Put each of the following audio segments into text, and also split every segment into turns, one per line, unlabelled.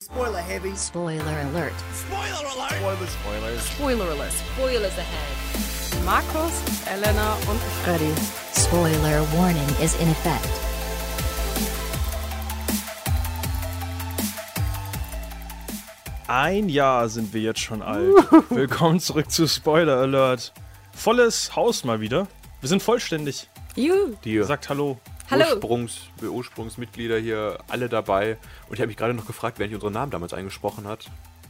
Spoiler heavy.
Spoiler alert.
Spoiler alert. Spoilers. Spoilers.
Spoiler alert. Spoilers ahead.
Markus, Elena und Freddy.
Spoiler warning is in effect.
Ein Jahr sind wir jetzt schon alt. Willkommen zurück zu Spoiler Alert. Volles Haus mal wieder. Wir sind vollständig.
Juhu.
die
Sagt Hallo.
Hallo.
Ursprungs, Ursprungsmitglieder hier alle dabei. Und ich habe mich gerade noch gefragt, wer nicht unseren Namen damals eingesprochen hat.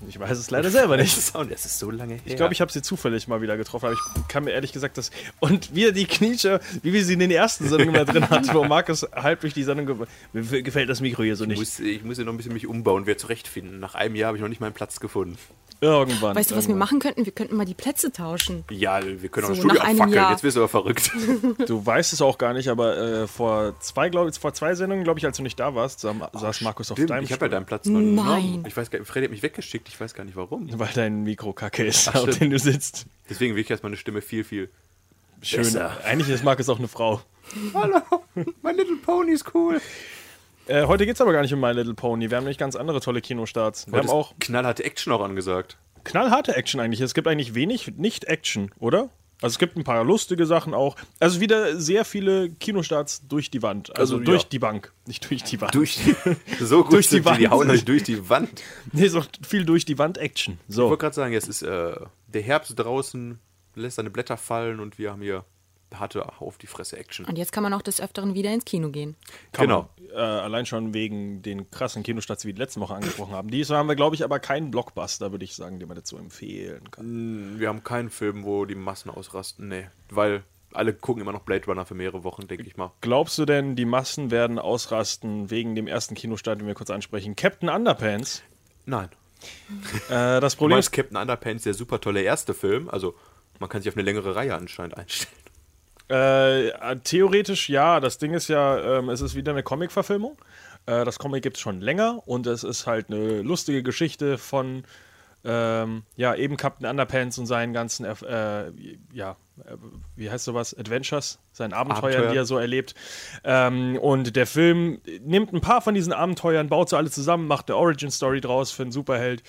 Ich weiß es leider selber
Das
nicht.
ist, auch- das ist so lange her.
Ich glaube, ich habe sie zufällig mal wieder getroffen, aber ich kann mir ehrlich gesagt das. Und wieder die Knietsche, wie wir sie in den ersten Sendungen mal drin hatten, wo Markus halb durch die Sendung. ge- Mir gefällt das Mikro hier so
ich
nicht.
muss, ich muss hier noch ein bisschen mich umbauen, wieder zurechtfinden. Nach einem Jahr habe ich noch nicht meinen Platz gefunden.
Irgendwann.
Weißt du, was wir
irgendwann.
machen könnten? Wir könnten mal die Plätze tauschen.
Ähm. Ja, wir können auch
So,
das Studio
nach einem
abfackeln.
Jahr.
Jetzt wirst du aber verrückt.
Du weißt es auch gar nicht, aber äh, vor zwei, glaube ich, vor zwei Sendungen, glaube ich, als du nicht da warst, sa- saß Markus auf
Stimmt,
deinem
ich habe
Stuhl,
ja deinen Platz noch genommen.
Nein.
Ich weiß gar nicht, Freddy hat mich weggeschickt. Ich weiß gar nicht warum.
weil dein Mikro kacke ist,
Ach,
auf
stimmt.
dem du sitzt.
Deswegen will ich erst meine Stimme viel, viel.
Schön.
Besser.
Eigentlich ist Markus auch eine Frau.
Hallo, My Little Pony ist cool.
Äh, heute geht es aber gar nicht um My Little Pony. Wir haben nämlich ganz andere tolle Kinostarts. Wir
Wir haben
haben auch
knallharte Action auch angesagt.
knallharte Action eigentlich. Es gibt eigentlich wenig Nicht-Action, oder? Also es gibt ein paar lustige Sachen auch. Also wieder sehr viele Kinostarts durch die Wand. Also,
Also, ja.
durch die Bank. Nicht durch die Wand.
Durch die, so gut
Durch die
sind die, die
Wand.
hauen euch durch die Wand.
nee, ist auch viel durch die Wand Action.
Ich
So.
wollte gerade sagen, es ist äh, der Herbst draußen, lässt seine Blätter fallen und wir haben hier harte auf die Fresse Action.
Und jetzt kann man auch des Öfteren wieder ins Kino gehen.
Kann
genau.
Man, äh, allein schon wegen den krassen Kinostarts, die wir letzte Woche angesprochen haben. Diesmal haben wir, glaube ich, aber keinen Blockbuster, würde ich sagen, den man dazu empfehlen kann.
Wir haben keinen Film, wo die Massen ausrasten. Nee, weil alle gucken immer noch Blade Runner für mehrere Wochen, denke ich mal.
Glaubst du denn, die Massen werden ausrasten wegen dem ersten Kinostart, den wir kurz ansprechen? Captain Underpants.
Nein.
Äh, das
Du
Problem
meinst
ist,
Captain Underpants, der super tolle erste Film. Also, man kann sich auf eine längere Reihe anscheinend einstellen.
äh, theoretisch ja. Das Ding ist ja, ähm, es ist wieder eine Comic-Verfilmung. Äh, das Comic gibt es schon länger und es ist halt eine lustige Geschichte von ähm, ja, eben Captain Underpants und seinen ganzen, Erf- äh, ja, äh, wie heißt sowas? Adventures, seinen Abenteuern,
Abenteuer.
die er so erlebt. Ähm, und der Film nimmt ein paar von diesen Abenteuern, baut sie alle zusammen, macht eine Origin-Story draus für einen Superheld.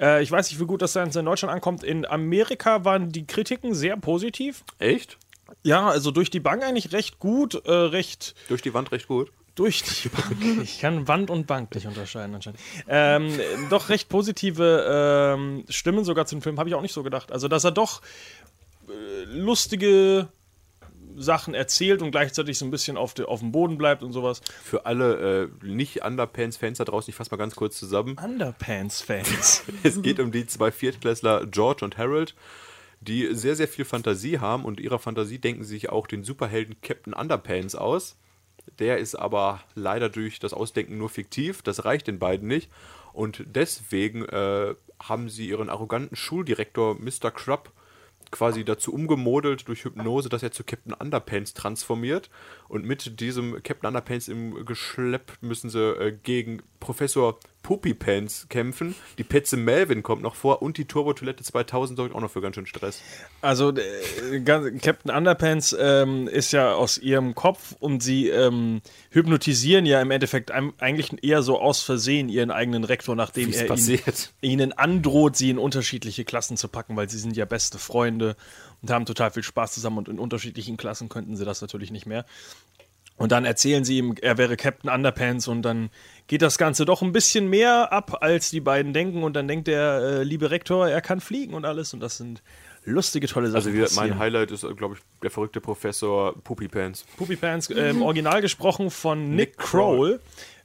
Äh, ich weiß nicht, wie gut das Ganze in Deutschland ankommt. In Amerika waren die Kritiken sehr positiv.
Echt?
Ja, also durch die Bank eigentlich recht gut, äh, recht
Durch die Wand recht gut.
durch die Bank. Ich kann Wand und Bank nicht unterscheiden anscheinend. Ähm, äh, doch recht positive ähm, Stimmen sogar zum Film habe ich auch nicht so gedacht. Also dass er doch äh, lustige Sachen erzählt und gleichzeitig so ein bisschen auf, de, auf dem Boden bleibt und sowas.
Für alle äh, nicht Underpants-Fans da draußen, ich fasse mal ganz kurz zusammen.
Underpants-Fans.
Es geht um die zwei Viertklässler George und Harold, die sehr, sehr viel Fantasie haben und ihrer Fantasie denken sie sich auch den Superhelden Captain Underpants aus. Der ist aber leider durch das Ausdenken nur fiktiv, das reicht den beiden nicht. Und deswegen äh, haben sie ihren arroganten Schuldirektor Mr. Krupp quasi dazu umgemodelt durch Hypnose, dass er zu Captain Underpants transformiert. Und mit diesem Captain Underpants im Geschlepp müssen sie äh, gegen Professor Poopy Pants kämpfen. Die Petze Melvin kommt noch vor und die Turbo-Toilette 2000 sorgt auch noch für ganz schön Stress.
Also äh, ganz- Captain Underpants ähm, ist ja aus ihrem Kopf und sie ähm, hypnotisieren ja im Endeffekt ein- eigentlich eher so aus Versehen ihren eigenen Rektor, nachdem
Wie's
er ihn,
passiert.
ihnen androht, sie in unterschiedliche Klassen zu packen, weil sie sind ja beste Freunde und haben total viel Spaß zusammen und in unterschiedlichen Klassen könnten sie das natürlich nicht mehr. Und dann erzählen sie ihm, er wäre Captain Underpants und dann geht das Ganze doch ein bisschen mehr ab, als die beiden denken. Und dann denkt der äh, liebe Rektor, er kann fliegen und alles. Und das sind lustige, tolle Sachen.
Also wie gesagt, mein
passieren.
Highlight ist, glaube ich, der verrückte Professor Poopy Pants.
Poopy Pants, äh, im Original gesprochen von Nick,
Nick
Kroll.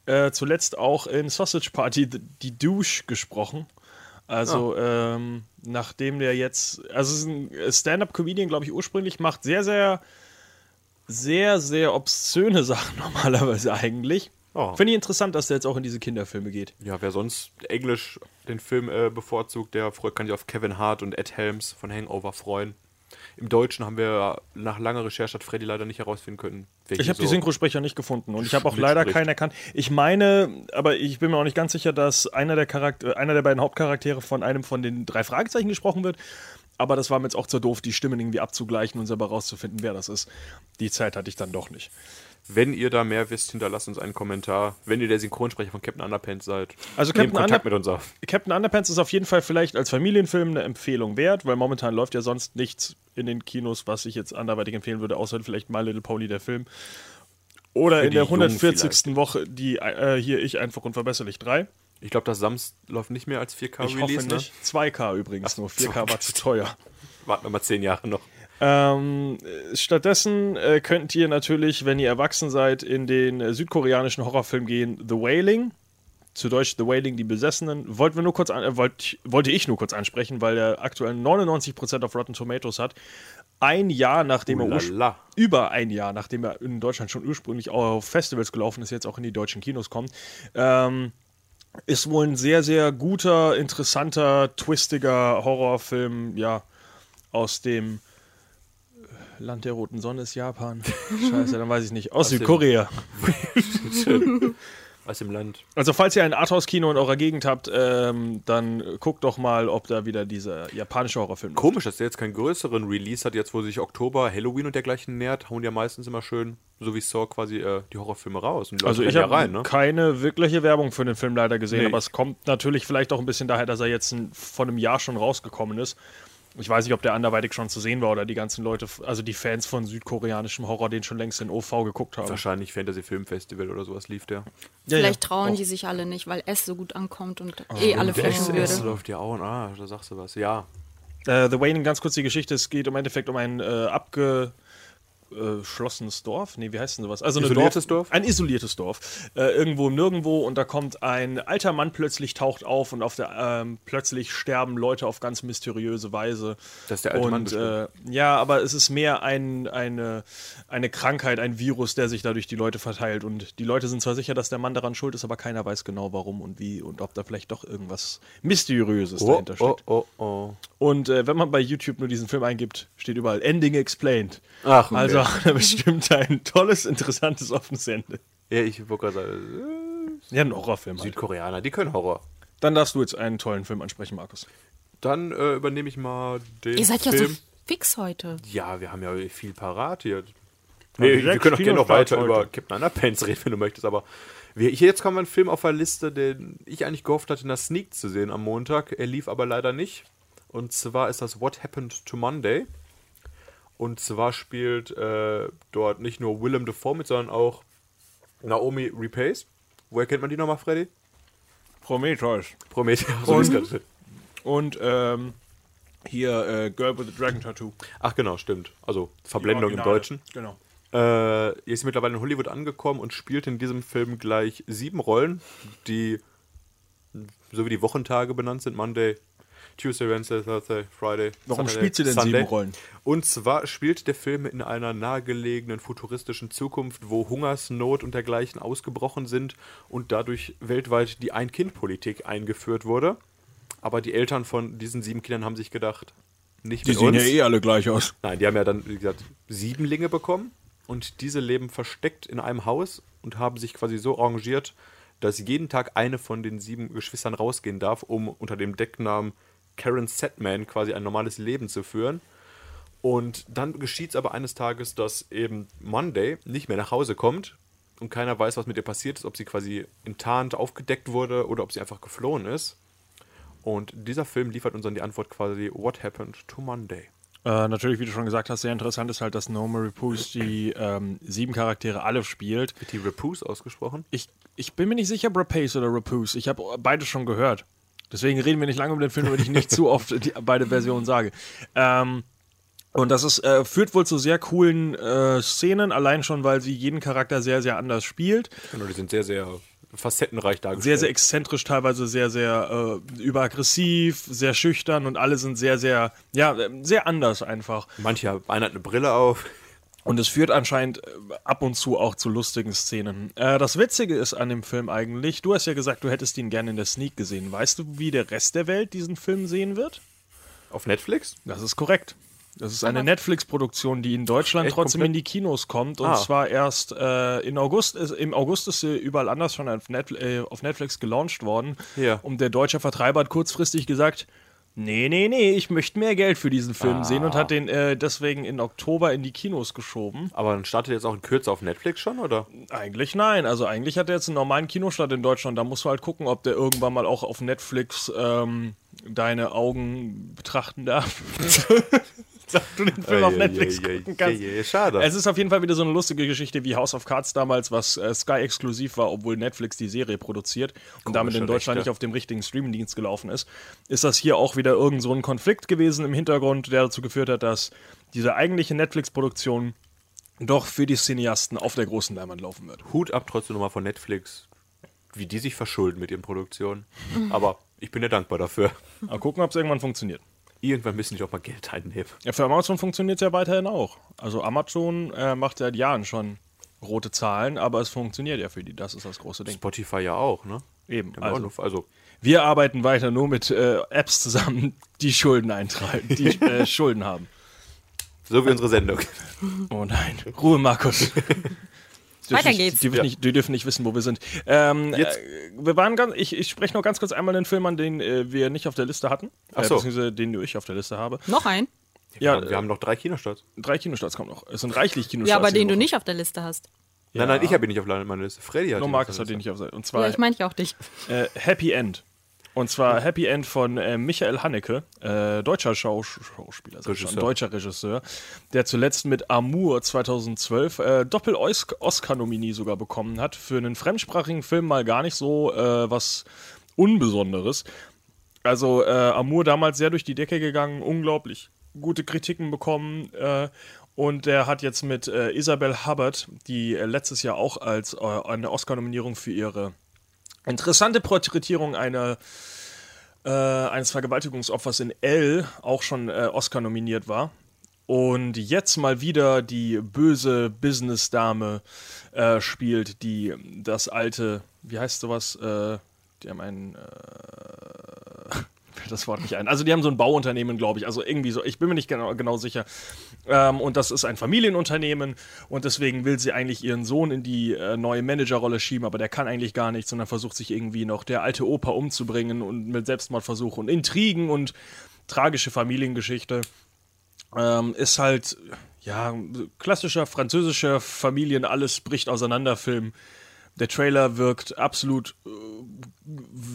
Äh, zuletzt auch in Sausage Party The- die Douche gesprochen. Also,
Ah.
ähm, nachdem der jetzt, also es ist ein Stand-Up-Comedian, glaube ich, ursprünglich, macht sehr, sehr, sehr, sehr obszöne Sachen normalerweise eigentlich.
Oh.
Finde ich interessant, dass der jetzt auch in diese Kinderfilme geht.
Ja, wer sonst Englisch den Film äh, bevorzugt, der freut, kann sich auf Kevin Hart und Ed Helms von Hangover freuen. Im Deutschen haben wir nach langer Recherche hat Freddy leider nicht herausfinden können. welche
Ich habe
so-
die Synchrosprecher nicht gefunden und ich habe auch
Schmidt
leider
spricht.
keinen erkannt. Ich meine, aber ich bin mir auch nicht ganz sicher, dass einer der, Charakter, äh, einer der beiden Hauptcharaktere von einem von den drei Fragezeichen gesprochen wird. Aber das war mir jetzt auch zu doof, die Stimmen irgendwie abzugleichen und selber rauszufinden, wer das ist. Die Zeit hatte ich dann doch nicht.
Wenn ihr da mehr wisst, hinterlasst uns einen Kommentar. Wenn ihr der Synchronsprecher von Captain Underpants seid,
Also
nehmt
Captain Under-
Kontakt mit uns auf.
Captain Underpants ist auf jeden Fall vielleicht als Familienfilm eine Empfehlung wert, weil momentan läuft ja sonst nichts in den Kinos, was ich jetzt anderweitig empfehlen würde, außer vielleicht My Little Pony, der Film. Oder
Für
in der
die Jungen
140. Woche, die äh, hier ich einfach unverbesserlich 3.
Ich glaube, das Sams läuft nicht mehr als 4K
Ich hoffe
Release. Ne?
nicht. 2K übrigens nur. 4K war zu teuer.
Warten wir mal zehn Jahre noch.
Ähm, äh, stattdessen äh, könnt ihr natürlich, wenn ihr erwachsen seid, in den äh, südkoreanischen Horrorfilm gehen, The Wailing. Zu Deutsch The Wailing, die Besessenen. Wollten wir nur kurz an, äh, wollt, wollte ich nur kurz ansprechen, weil er aktuell 99% auf Rotten Tomatoes hat. Ein Jahr nachdem er
Ulala.
urspr- über ein Jahr, nachdem er in Deutschland schon ursprünglich auf Festivals gelaufen ist, jetzt auch in die deutschen Kinos kommt. Ähm, ist wohl ein sehr, sehr guter, interessanter, twistiger Horrorfilm, ja, aus dem Land der roten Sonne ist Japan. Scheiße, dann weiß ich nicht. Aus
dem-
Südkorea.
Aus dem Land.
Also, falls ihr ein Arthouse-Kino in eurer Gegend habt, ähm, dann guckt doch mal, ob da wieder dieser japanische Horrorfilm läuft.
Komisch, dass der jetzt keinen größeren Release hat, jetzt wo sich Oktober, Halloween und dergleichen nähert, hauen die ja meistens immer schön, so wie Saw quasi, äh, die Horrorfilme raus. Und die
Also
Leute
ich
rennen
habe keine wirkliche Werbung für den Film leider gesehen,
Nee.
aber es kommt natürlich vielleicht auch ein bisschen daher, dass er jetzt ein, vor einem Jahr schon rausgekommen ist. Ich weiß nicht, ob der anderweitig schon zu sehen war oder die ganzen Leute, also die Fans von südkoreanischem Horror, den schon längst in OV geguckt haben.
Wahrscheinlich Fantasy Film Festival oder sowas lief der.
Vielleicht trauen die sich alle nicht, weil es so gut ankommt und
Ah,
eh alle
Der
flashen
SS
würde.
läuft ja auch. Ah, da sagst du was. Ja.
Äh, The Wailing, ganz kurz die Geschichte, es geht im Endeffekt um ein äh, abge äh, geschlossenes Dorf, nee, wie heißt denn sowas? Also ein
Isoliertes Dorf?
Ein isoliertes Dorf. Äh, irgendwo im nirgendwo und da kommt ein alter Mann plötzlich taucht auf und auf der ähm, plötzlich sterben Leute auf ganz mysteriöse Weise.
Das ist der alte
und,
Mann bestimmt.
Äh, ja, aber es ist mehr ein, eine, eine Krankheit, ein Virus, der sich dadurch die Leute verteilt und die Leute sind zwar sicher, dass der Mann daran schuld ist, aber keiner weiß genau warum und wie und ob da vielleicht doch irgendwas mysteriöses
Oh,
dahinter
oh,
steckt.
oh, oh.
Und äh, wenn man bei YouTube nur diesen Film eingibt, steht überall Ending Explained.
Ach, okay.
Also hat er bestimmt ein tolles, interessantes offenes Ende.
Ja, ich wollte gerade sagen,
Ja, ein Horrorfilm.
äh,
Halt.
Südkoreaner, die können Horror.
Dann darfst du jetzt einen tollen Film ansprechen, Markus.
Dann äh, übernehme ich mal den
Ihr seid ja so
Film.
fix heute.
ja, wir haben ja viel parat hier. Nee, wir
direkt
können auch gerne noch
Kinostarts
weiter über
heute.
Captain Underpants reden, wenn du möchtest, aber wir, hier jetzt kam ein Film auf der Liste, den ich eigentlich gehofft hatte, in der Sneak zu sehen am Montag. Er lief aber leider nicht. Und zwar ist das What Happened to Monday. Und zwar spielt äh, dort nicht nur Willem Dafoe mit, sondern auch Naomi Repace. Woher kennt man die nochmal, Freddy?
Prometheus.
Prometheus. so wie es gerade steht.
Und ähm, hier äh, Girl with the Dragon Tattoo.
Ach genau, stimmt. Also Verblendung im
Originale.
Deutschen.
Genau.
Äh, er ist mittlerweile in Hollywood angekommen und spielt in diesem Film gleich sieben Rollen, die so wie die Wochentage benannt sind: Monday, Tuesday, Wednesday, Thursday, Friday.
Warum spielt sie denn sieben Rollen?
Und zwar spielt der Film in einer nahegelegenen futuristischen Zukunft, wo Hungersnot und dergleichen ausgebrochen sind und dadurch weltweit die Ein-Kind-Politik eingeführt wurde. Aber die Eltern von diesen sieben Kindern haben sich gedacht, nicht mit uns.
eh alle gleich aus.
Nein, die haben ja dann, wie gesagt, Siebenlinge bekommen und diese leben versteckt in einem Haus und haben sich quasi so arrangiert, dass jeden Tag eine von den sieben Geschwistern rausgehen darf, um unter dem Decknamen Karen Setman quasi ein normales Leben zu führen. Und dann geschieht es aber eines Tages, dass eben Monday nicht mehr nach Hause kommt und keiner weiß, was mit ihr passiert ist, ob sie quasi enttarnt aufgedeckt wurde oder ob sie einfach geflohen ist. Und dieser Film liefert uns dann die Antwort quasi, What happened to Monday?
Äh, natürlich, wie du schon gesagt hast, sehr interessant ist halt, dass Naomi Repose die ähm, sieben Charaktere alle spielt.
Wird die Repousse ausgesprochen?
Ich, ich bin mir nicht sicher, ob Rapace oder Rapuse. Ich habe beides schon gehört. Deswegen reden wir nicht lange über den Film, weil ich nicht zu oft die, beide Versionen sage. Ähm, und das ist, äh, führt wohl zu sehr coolen äh, Szenen, allein schon, weil sie jeden Charakter sehr, sehr anders spielt.
Genau, die sind sehr, sehr facettenreich
Sehr,
dargestellt.
sehr exzentrisch, teilweise sehr, sehr äh, überaggressiv, sehr schüchtern und alle sind sehr, sehr, ja, äh, sehr anders einfach.
Mancher, einer hat eine Brille auf.
Und es führt anscheinend äh, ab und zu auch zu lustigen Szenen. Äh, das Witzige ist an dem Film eigentlich, du hast ja gesagt, du hättest ihn gerne in der Sneak gesehen. Weißt du, wie der Rest der Welt diesen Film sehen wird?
Auf Netflix?
Das ist korrekt. Das ist eine Netflix-Produktion, die in Deutschland
Echt
trotzdem
komplett?
in die Kinos kommt. Und
Ah.
zwar erst äh, in August. Ist, Im August ist sie überall anders schon auf, Netfl- äh, auf Netflix gelauncht worden.
Ja.
Und der deutsche Vertreiber hat kurzfristig gesagt, nee, nee, nee, ich möchte mehr Geld für diesen
Ah.
Film sehen und hat den äh, deswegen in Oktober in die Kinos geschoben.
Aber dann startet jetzt auch in Kürze auf Netflix schon, oder?
Eigentlich nein. Also eigentlich hat er jetzt einen normalen Kinostart in Deutschland. Da musst du halt gucken, ob der irgendwann mal auch auf Netflix ähm, deine Augen betrachten darf. Dass du den Film auf
Ei, ei,
Netflix
ei, ei,
gucken kannst.
ei, ei, schade.
Es ist auf jeden Fall wieder so eine lustige Geschichte wie House of Cards damals, was äh, Sky exklusiv war, obwohl Netflix die Serie produziert und damit in Deutschland
Rechte.
nicht auf dem richtigen Streamingdienst gelaufen ist. Ist das hier auch wieder irgend so ein Konflikt gewesen im Hintergrund, der dazu geführt hat, dass diese eigentliche Netflix-Produktion doch für die Cineasten auf der großen Leinwand laufen wird.
Hut ab trotzdem nochmal von Netflix, wie die sich verschulden mit ihren Produktionen. Aber ich bin ja dankbar dafür.
Mal gucken, ob es irgendwann funktioniert.
Irgendwann müssen die doch mal Geld einnehmen.
Ja, für Amazon funktioniert es ja weiterhin auch. Also Amazon äh, macht seit Jahren schon rote Zahlen, aber es funktioniert ja für die. Das ist das große Ding.
Spotify ja auch, ne?
Eben,
Die haben
also.
auch nur- also
Wir arbeiten weiter nur mit äh, Apps zusammen, die Schulden eintreiben, die äh, Schulden haben.
Also, so wie unsere Sendung.
Oh nein. Ruhe, Markus. Die dürfen
Weiter
nicht-
geht's.
Die dürfen,
Ja.
nicht, die dürfen nicht wissen, wo wir sind. Ähm,
Jetzt-
Äh, wir waren ganz, ich, ich spreche noch ganz kurz einmal den Film an, den äh, wir nicht auf der Liste hatten.
Ach so.
Äh, beziehungsweise den, den ich auf der Liste habe.
Noch ein?
Ja,
wir haben noch drei Kinostarts.
drei Kinostarts kommen noch. Es sind reichlich Kinostarts.
Ja, aber
die
den du
Woche.
nicht auf der Liste hast.
Nein, nein, ich habe ihn nicht auf meiner Liste. Freddy hat
Nur
ihn
Markus
auf
hat
seiner
den
Liste.
nicht auf der Und zwar
Ja, ich meine ja auch dich.
äh, Happy End. Und zwar Happy End von äh, Michael Haneke, äh, deutscher Schaus Schauspieler, sag ich schon,
Regisseur.
deutscher Regisseur, der zuletzt mit Amour 2012 äh, Doppel-Oscar-Nominie sogar bekommen hat. Für einen fremdsprachigen Film mal gar nicht so äh, was Unbesonderes. Also äh, Amour damals sehr durch die Decke gegangen, unglaublich gute Kritiken bekommen. Äh, und er hat jetzt mit äh, Isabel Hubbard, die äh, letztes Jahr auch als äh, eine Oscar-Nominierung für ihre interessante Porträtierung einer, äh, eines Vergewaltigungsopfers in L auch schon äh, Oscar nominiert war. Und jetzt mal wieder die böse Business-Dame äh, spielt, die das alte, wie heißt sowas? Äh, die haben einen äh, fällt das Wort nicht ein. Also die haben so ein Bauunternehmen, glaube ich. Also irgendwie so, ich bin mir nicht genau, genau sicher. Ähm, und das ist ein Familienunternehmen und deswegen will sie eigentlich ihren Sohn in die äh, neue Managerrolle schieben, aber der kann eigentlich gar nichts, sondern versucht sich irgendwie noch der alte Opa umzubringen und mit Selbstmordversuchen und Intrigen und tragische Familiengeschichte. Ähm, ist halt, ja, klassischer französischer Familien, alles bricht auseinander Film. Der Trailer wirkt absolut äh,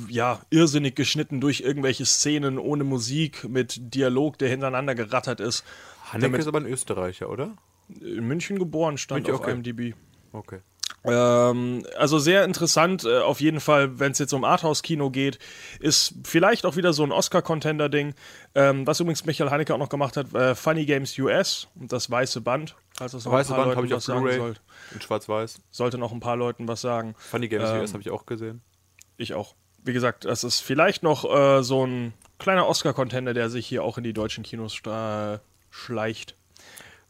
ja, irrsinnig geschnitten durch irgendwelche Szenen ohne Musik, mit Dialog, der hintereinander gerattert ist.
Haneke ist aber ein Österreicher, oder?
In München geboren stand
München,
auf
okay.
IMDb.
Okay.
Ähm, also sehr interessant, äh, auf jeden Fall, wenn es jetzt um Arthouse-Kino geht, ist vielleicht auch wieder so ein Oscar-Contender-Ding, ähm, was übrigens Michael Haneke auch noch gemacht hat, äh, Funny Games US und das Weiße Band. Falls das noch
Weiße
ein paar
Band
Leuten
habe ich auf
was sagen
Blu-ray.
sollte.
In schwarz-weiß.
Sollte noch ein paar Leuten was sagen. Ähm,
Funny Games US habe ich auch gesehen.
Ich auch. Wie gesagt, das ist vielleicht noch äh, so ein kleiner Oscar-Contender, der sich hier auch in die deutschen Kinos stra- schleicht.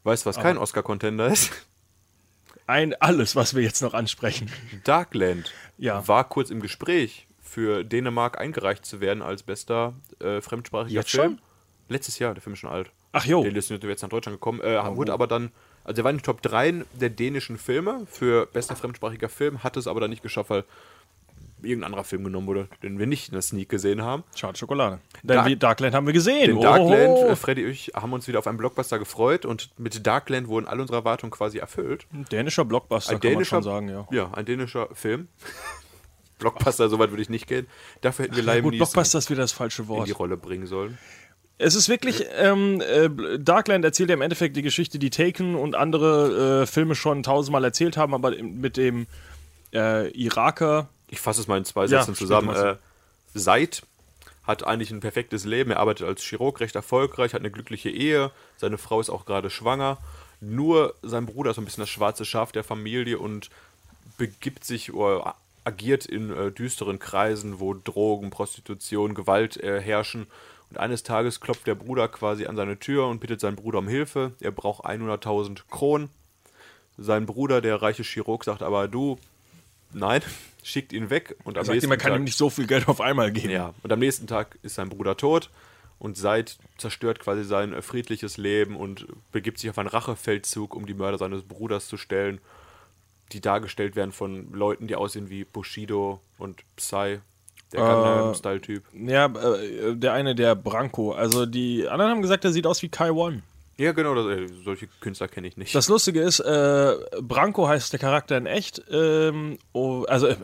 Weißt du, was kein Oscar-Contender ist?
Ein alles, was wir jetzt noch ansprechen.
Darkland
Ja.
war kurz im Gespräch, für Dänemark eingereicht zu werden als bester äh, fremdsprachiger
Jetzt
Film.
schon?
Letztes Jahr, der Film ist schon alt.
Ach jo.
Der ist jetzt nach Deutschland gekommen, äh, wurde aber dann, also er war in den Top 3 der dänischen Filme für bester fremdsprachiger Film, hat es aber dann nicht geschafft, weil irgendein anderer Film genommen wurde, den wir nicht in der Sneak gesehen haben.
Schade Schokolade. Denn
Dark-
Dark Darkland haben wir gesehen.
Den Darkland,
Oho.
äh, Freddy und ich haben uns wieder auf einen Blockbuster gefreut und mit Darkland wurden alle unsere Erwartungen quasi erfüllt.
Ein dänischer Blockbuster,
Ein
kann
dänischer,
man schon sagen, ja.
ein dänischer Film. Blockbuster, soweit würde ich nicht gehen. Dafür hätten wir
Ja,
Liam
gut,
Neeson
Blockbuster ist wieder das falsche
in
Wort.
die Rolle bringen sollen.
Es ist wirklich, ähm, äh, Darkland erzählt ja im Endeffekt die Geschichte, die Taken und andere äh, Filme schon tausendmal erzählt haben, aber im- mit dem äh, Iraker,
Ich fasse es mal in zwei
Ja,
Sätzen
stimmt,
zusammen.
mach's.
Äh, Seid hat eigentlich ein perfektes Leben. Er arbeitet als Chirurg recht erfolgreich, hat eine glückliche Ehe. Seine Frau ist auch gerade schwanger. Nur sein Bruder ist so ein bisschen das schwarze Schaf der Familie und begibt sich oder a- agiert in äh, düsteren Kreisen, wo Drogen, Prostitution, Gewalt äh, herrschen. Und eines Tages klopft der Bruder quasi an seine Tür und bittet seinen Bruder um Hilfe. Er braucht 100.000 Kronen. Sein Bruder, der reiche Chirurg, sagt aber, du, nein, schickt ihn weg. Und am
sagt ihm,
nächsten
man kann
Tag,
ihm nicht so viel Geld auf einmal geben.
ja, und am nächsten Tag ist sein Bruder tot und Seid zerstört quasi sein äh, friedliches Leben und begibt sich auf einen Rachefeldzug, um die Mörder seines Bruders zu stellen, die dargestellt werden von Leuten, die aussehen wie Bushido und Psy.
Äh,
Der Gundam-Style-Typ.
Ja, äh, der eine, der Branko. Also die anderen haben gesagt, der sieht aus wie Kai One.
Ja, genau, das, äh, solche Künstler kenne ich nicht.
Das Lustige ist, äh, Branko heißt der Charakter in echt. Ähm, oh, also äh,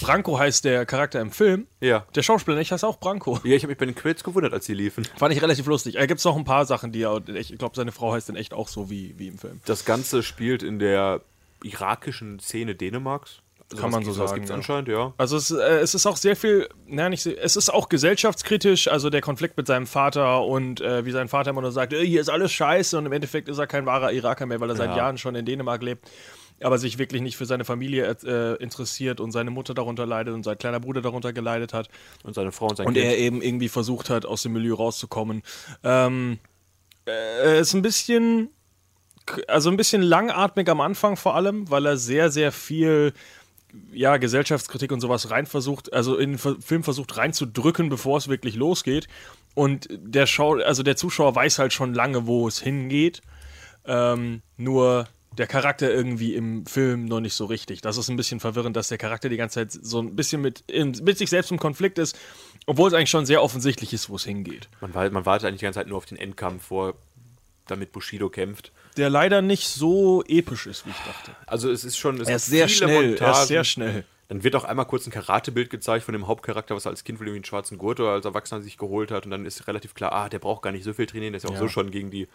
Branko heißt der Charakter im Film.
Ja.
Der Schauspieler in echt heißt auch Branko.
ja, ich habe mich bei den Credits gewundert, als sie liefen.
Fand ich relativ lustig. Da gibt es noch ein paar Sachen, die er, ich glaube, seine Frau heißt in echt auch so wie, wie im Film.
Das Ganze spielt in der irakischen Szene Dänemarks. Also
Kann man so
Das
sagen,
gibt es
ja.
anscheinend, ja.
Also es, äh, es ist auch sehr viel, naja, nicht, sehr- es ist auch gesellschaftskritisch, also der Konflikt mit seinem Vater und äh, wie sein Vater immer nur sagt, äh, hier ist alles scheiße und im Endeffekt ist er kein wahrer Iraker mehr, weil er seit
Ja.
Jahren schon in Dänemark lebt, aber sich wirklich nicht für seine Familie äh, interessiert und seine Mutter darunter leidet und sein kleiner Bruder darunter geleidet hat
Und seine Frau und sein
und
Kind.
er eben irgendwie versucht hat, aus dem Milieu rauszukommen. Ähm, äh, ist ein bisschen, also ein bisschen langatmig am Anfang vor allem, weil er sehr, sehr viel ja, Gesellschaftskritik und sowas rein versucht, also in den Ver- Film versucht reinzudrücken, bevor es wirklich losgeht. Und der Schau, also der Zuschauer weiß halt schon lange, wo es hingeht. Ähm, nur der Charakter irgendwie im Film noch nicht so richtig. Das ist ein bisschen verwirrend, dass der Charakter die ganze Zeit so ein bisschen mit, in, mit sich selbst im Konflikt ist, obwohl es eigentlich schon sehr offensichtlich ist, wo es hingeht.
man, wa- man wartet eigentlich die ganze Zeit nur auf den Endkampf vor, damit Bushido kämpft.
Der leider nicht so episch ist, wie ich dachte.
Also es ist schon. Es
Er ist
gibt
sehr
viele
schnell. Er
Montagen.
ist sehr schnell.
Dann wird auch einmal kurz ein Karatebild gezeigt von dem Hauptcharakter, was er als Kind wohl irgendwie einen schwarzen Gurt oder als Erwachsener sich geholt hat. Und dann ist relativ klar, ah, der braucht gar nicht so viel trainieren, der ist ja auch so schon gegen die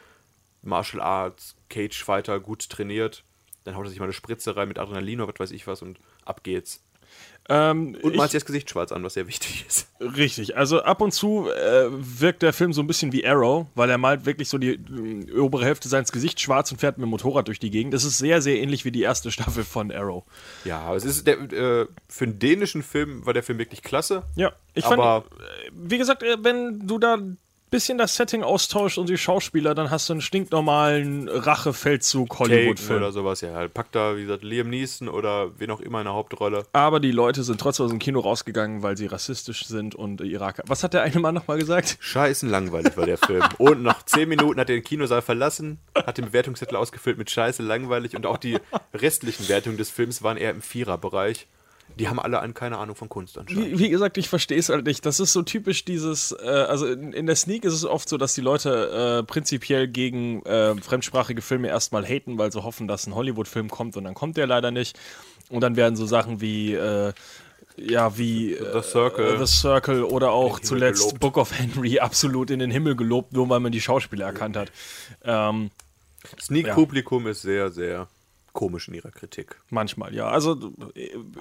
Martial Arts Cage Fighter gut trainiert. Dann haut er sich mal eine Spritze rein mit Adrenalin oder was weiß ich was und ab geht's.
Ähm,
Und
ich-
malt sich das Gesicht schwarz an, was sehr wichtig ist.
Richtig, also ab und zu äh, wirkt der Film so ein bisschen wie Arrow, weil er malt wirklich so die äh, obere Hälfte seines Gesichts schwarz und fährt mit dem Motorrad durch die Gegend. Das ist sehr, sehr ähnlich wie die erste Staffel von Arrow.
Ja, aber es ist der, äh, für einen dänischen Film war der Film wirklich klasse.
Ja, ich
aber
fand, äh, wie gesagt, äh, wenn du da ein bisschen das Setting austauschst und die Schauspieler, dann hast du einen stinknormalen Rachefeldzug
Taken
Hollywood-Film.
oder sowas, ja, packt da, wie gesagt, Liam Neeson oder wen auch immer in der Hauptrolle.
Aber die Leute sind trotzdem aus dem Kino rausgegangen, weil sie rassistisch sind und Iraker. Was hat der eine Mann nochmal gesagt?
Scheißen langweilig war der Film. Und nach 10 Minuten hat er den Kinosaal verlassen, hat den Bewertungszettel ausgefüllt mit Scheiße langweilig und auch die restlichen Wertungen des Films waren eher im Viererbereich. Die haben alle an keine Ahnung von Kunst anscheinend.
Wie, wie gesagt, ich verstehe es halt nicht. Das ist so typisch dieses, äh, also in, in der Sneak ist es oft so, dass die Leute äh, prinzipiell gegen äh, fremdsprachige Filme erstmal haten, weil sie hoffen, dass ein Hollywood-Film kommt und dann kommt der leider nicht. Und dann werden so Sachen wie, äh, ja, wie äh,
The Circle.
The Circle oder auch
Himmel
zuletzt
gelobt.
Book of Henry absolut in den Himmel gelobt, nur weil man die Schauspieler erkannt hat. Ähm,
Sneak-Publikum ist sehr, sehr komisch in ihrer Kritik.
Manchmal, ja. Also,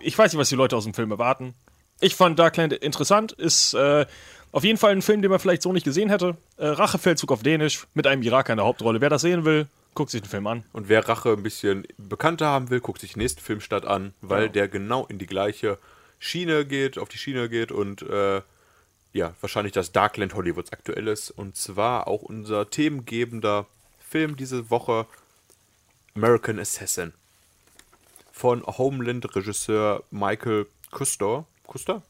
ich weiß nicht, was die Leute aus dem Film erwarten. Ich fand Darkland interessant. Ist äh, auf jeden Fall ein Film, den man vielleicht so nicht gesehen hätte. Äh, Rachefeldzug auf Dänisch mit einem Iraker in der Hauptrolle. Wer das sehen will, guckt sich den Film an.
Und wer Rache ein bisschen bekannter haben will, guckt sich den nächsten Filmstart an, weil der genau in die gleiche Schiene geht, auf die Schiene geht und äh, ja, wahrscheinlich das Darkland Hollywoods aktuell ist. Und zwar auch unser themengebender Film diese Woche, American Assassin. Von Homeland-Regisseur Michael Custer. Custer?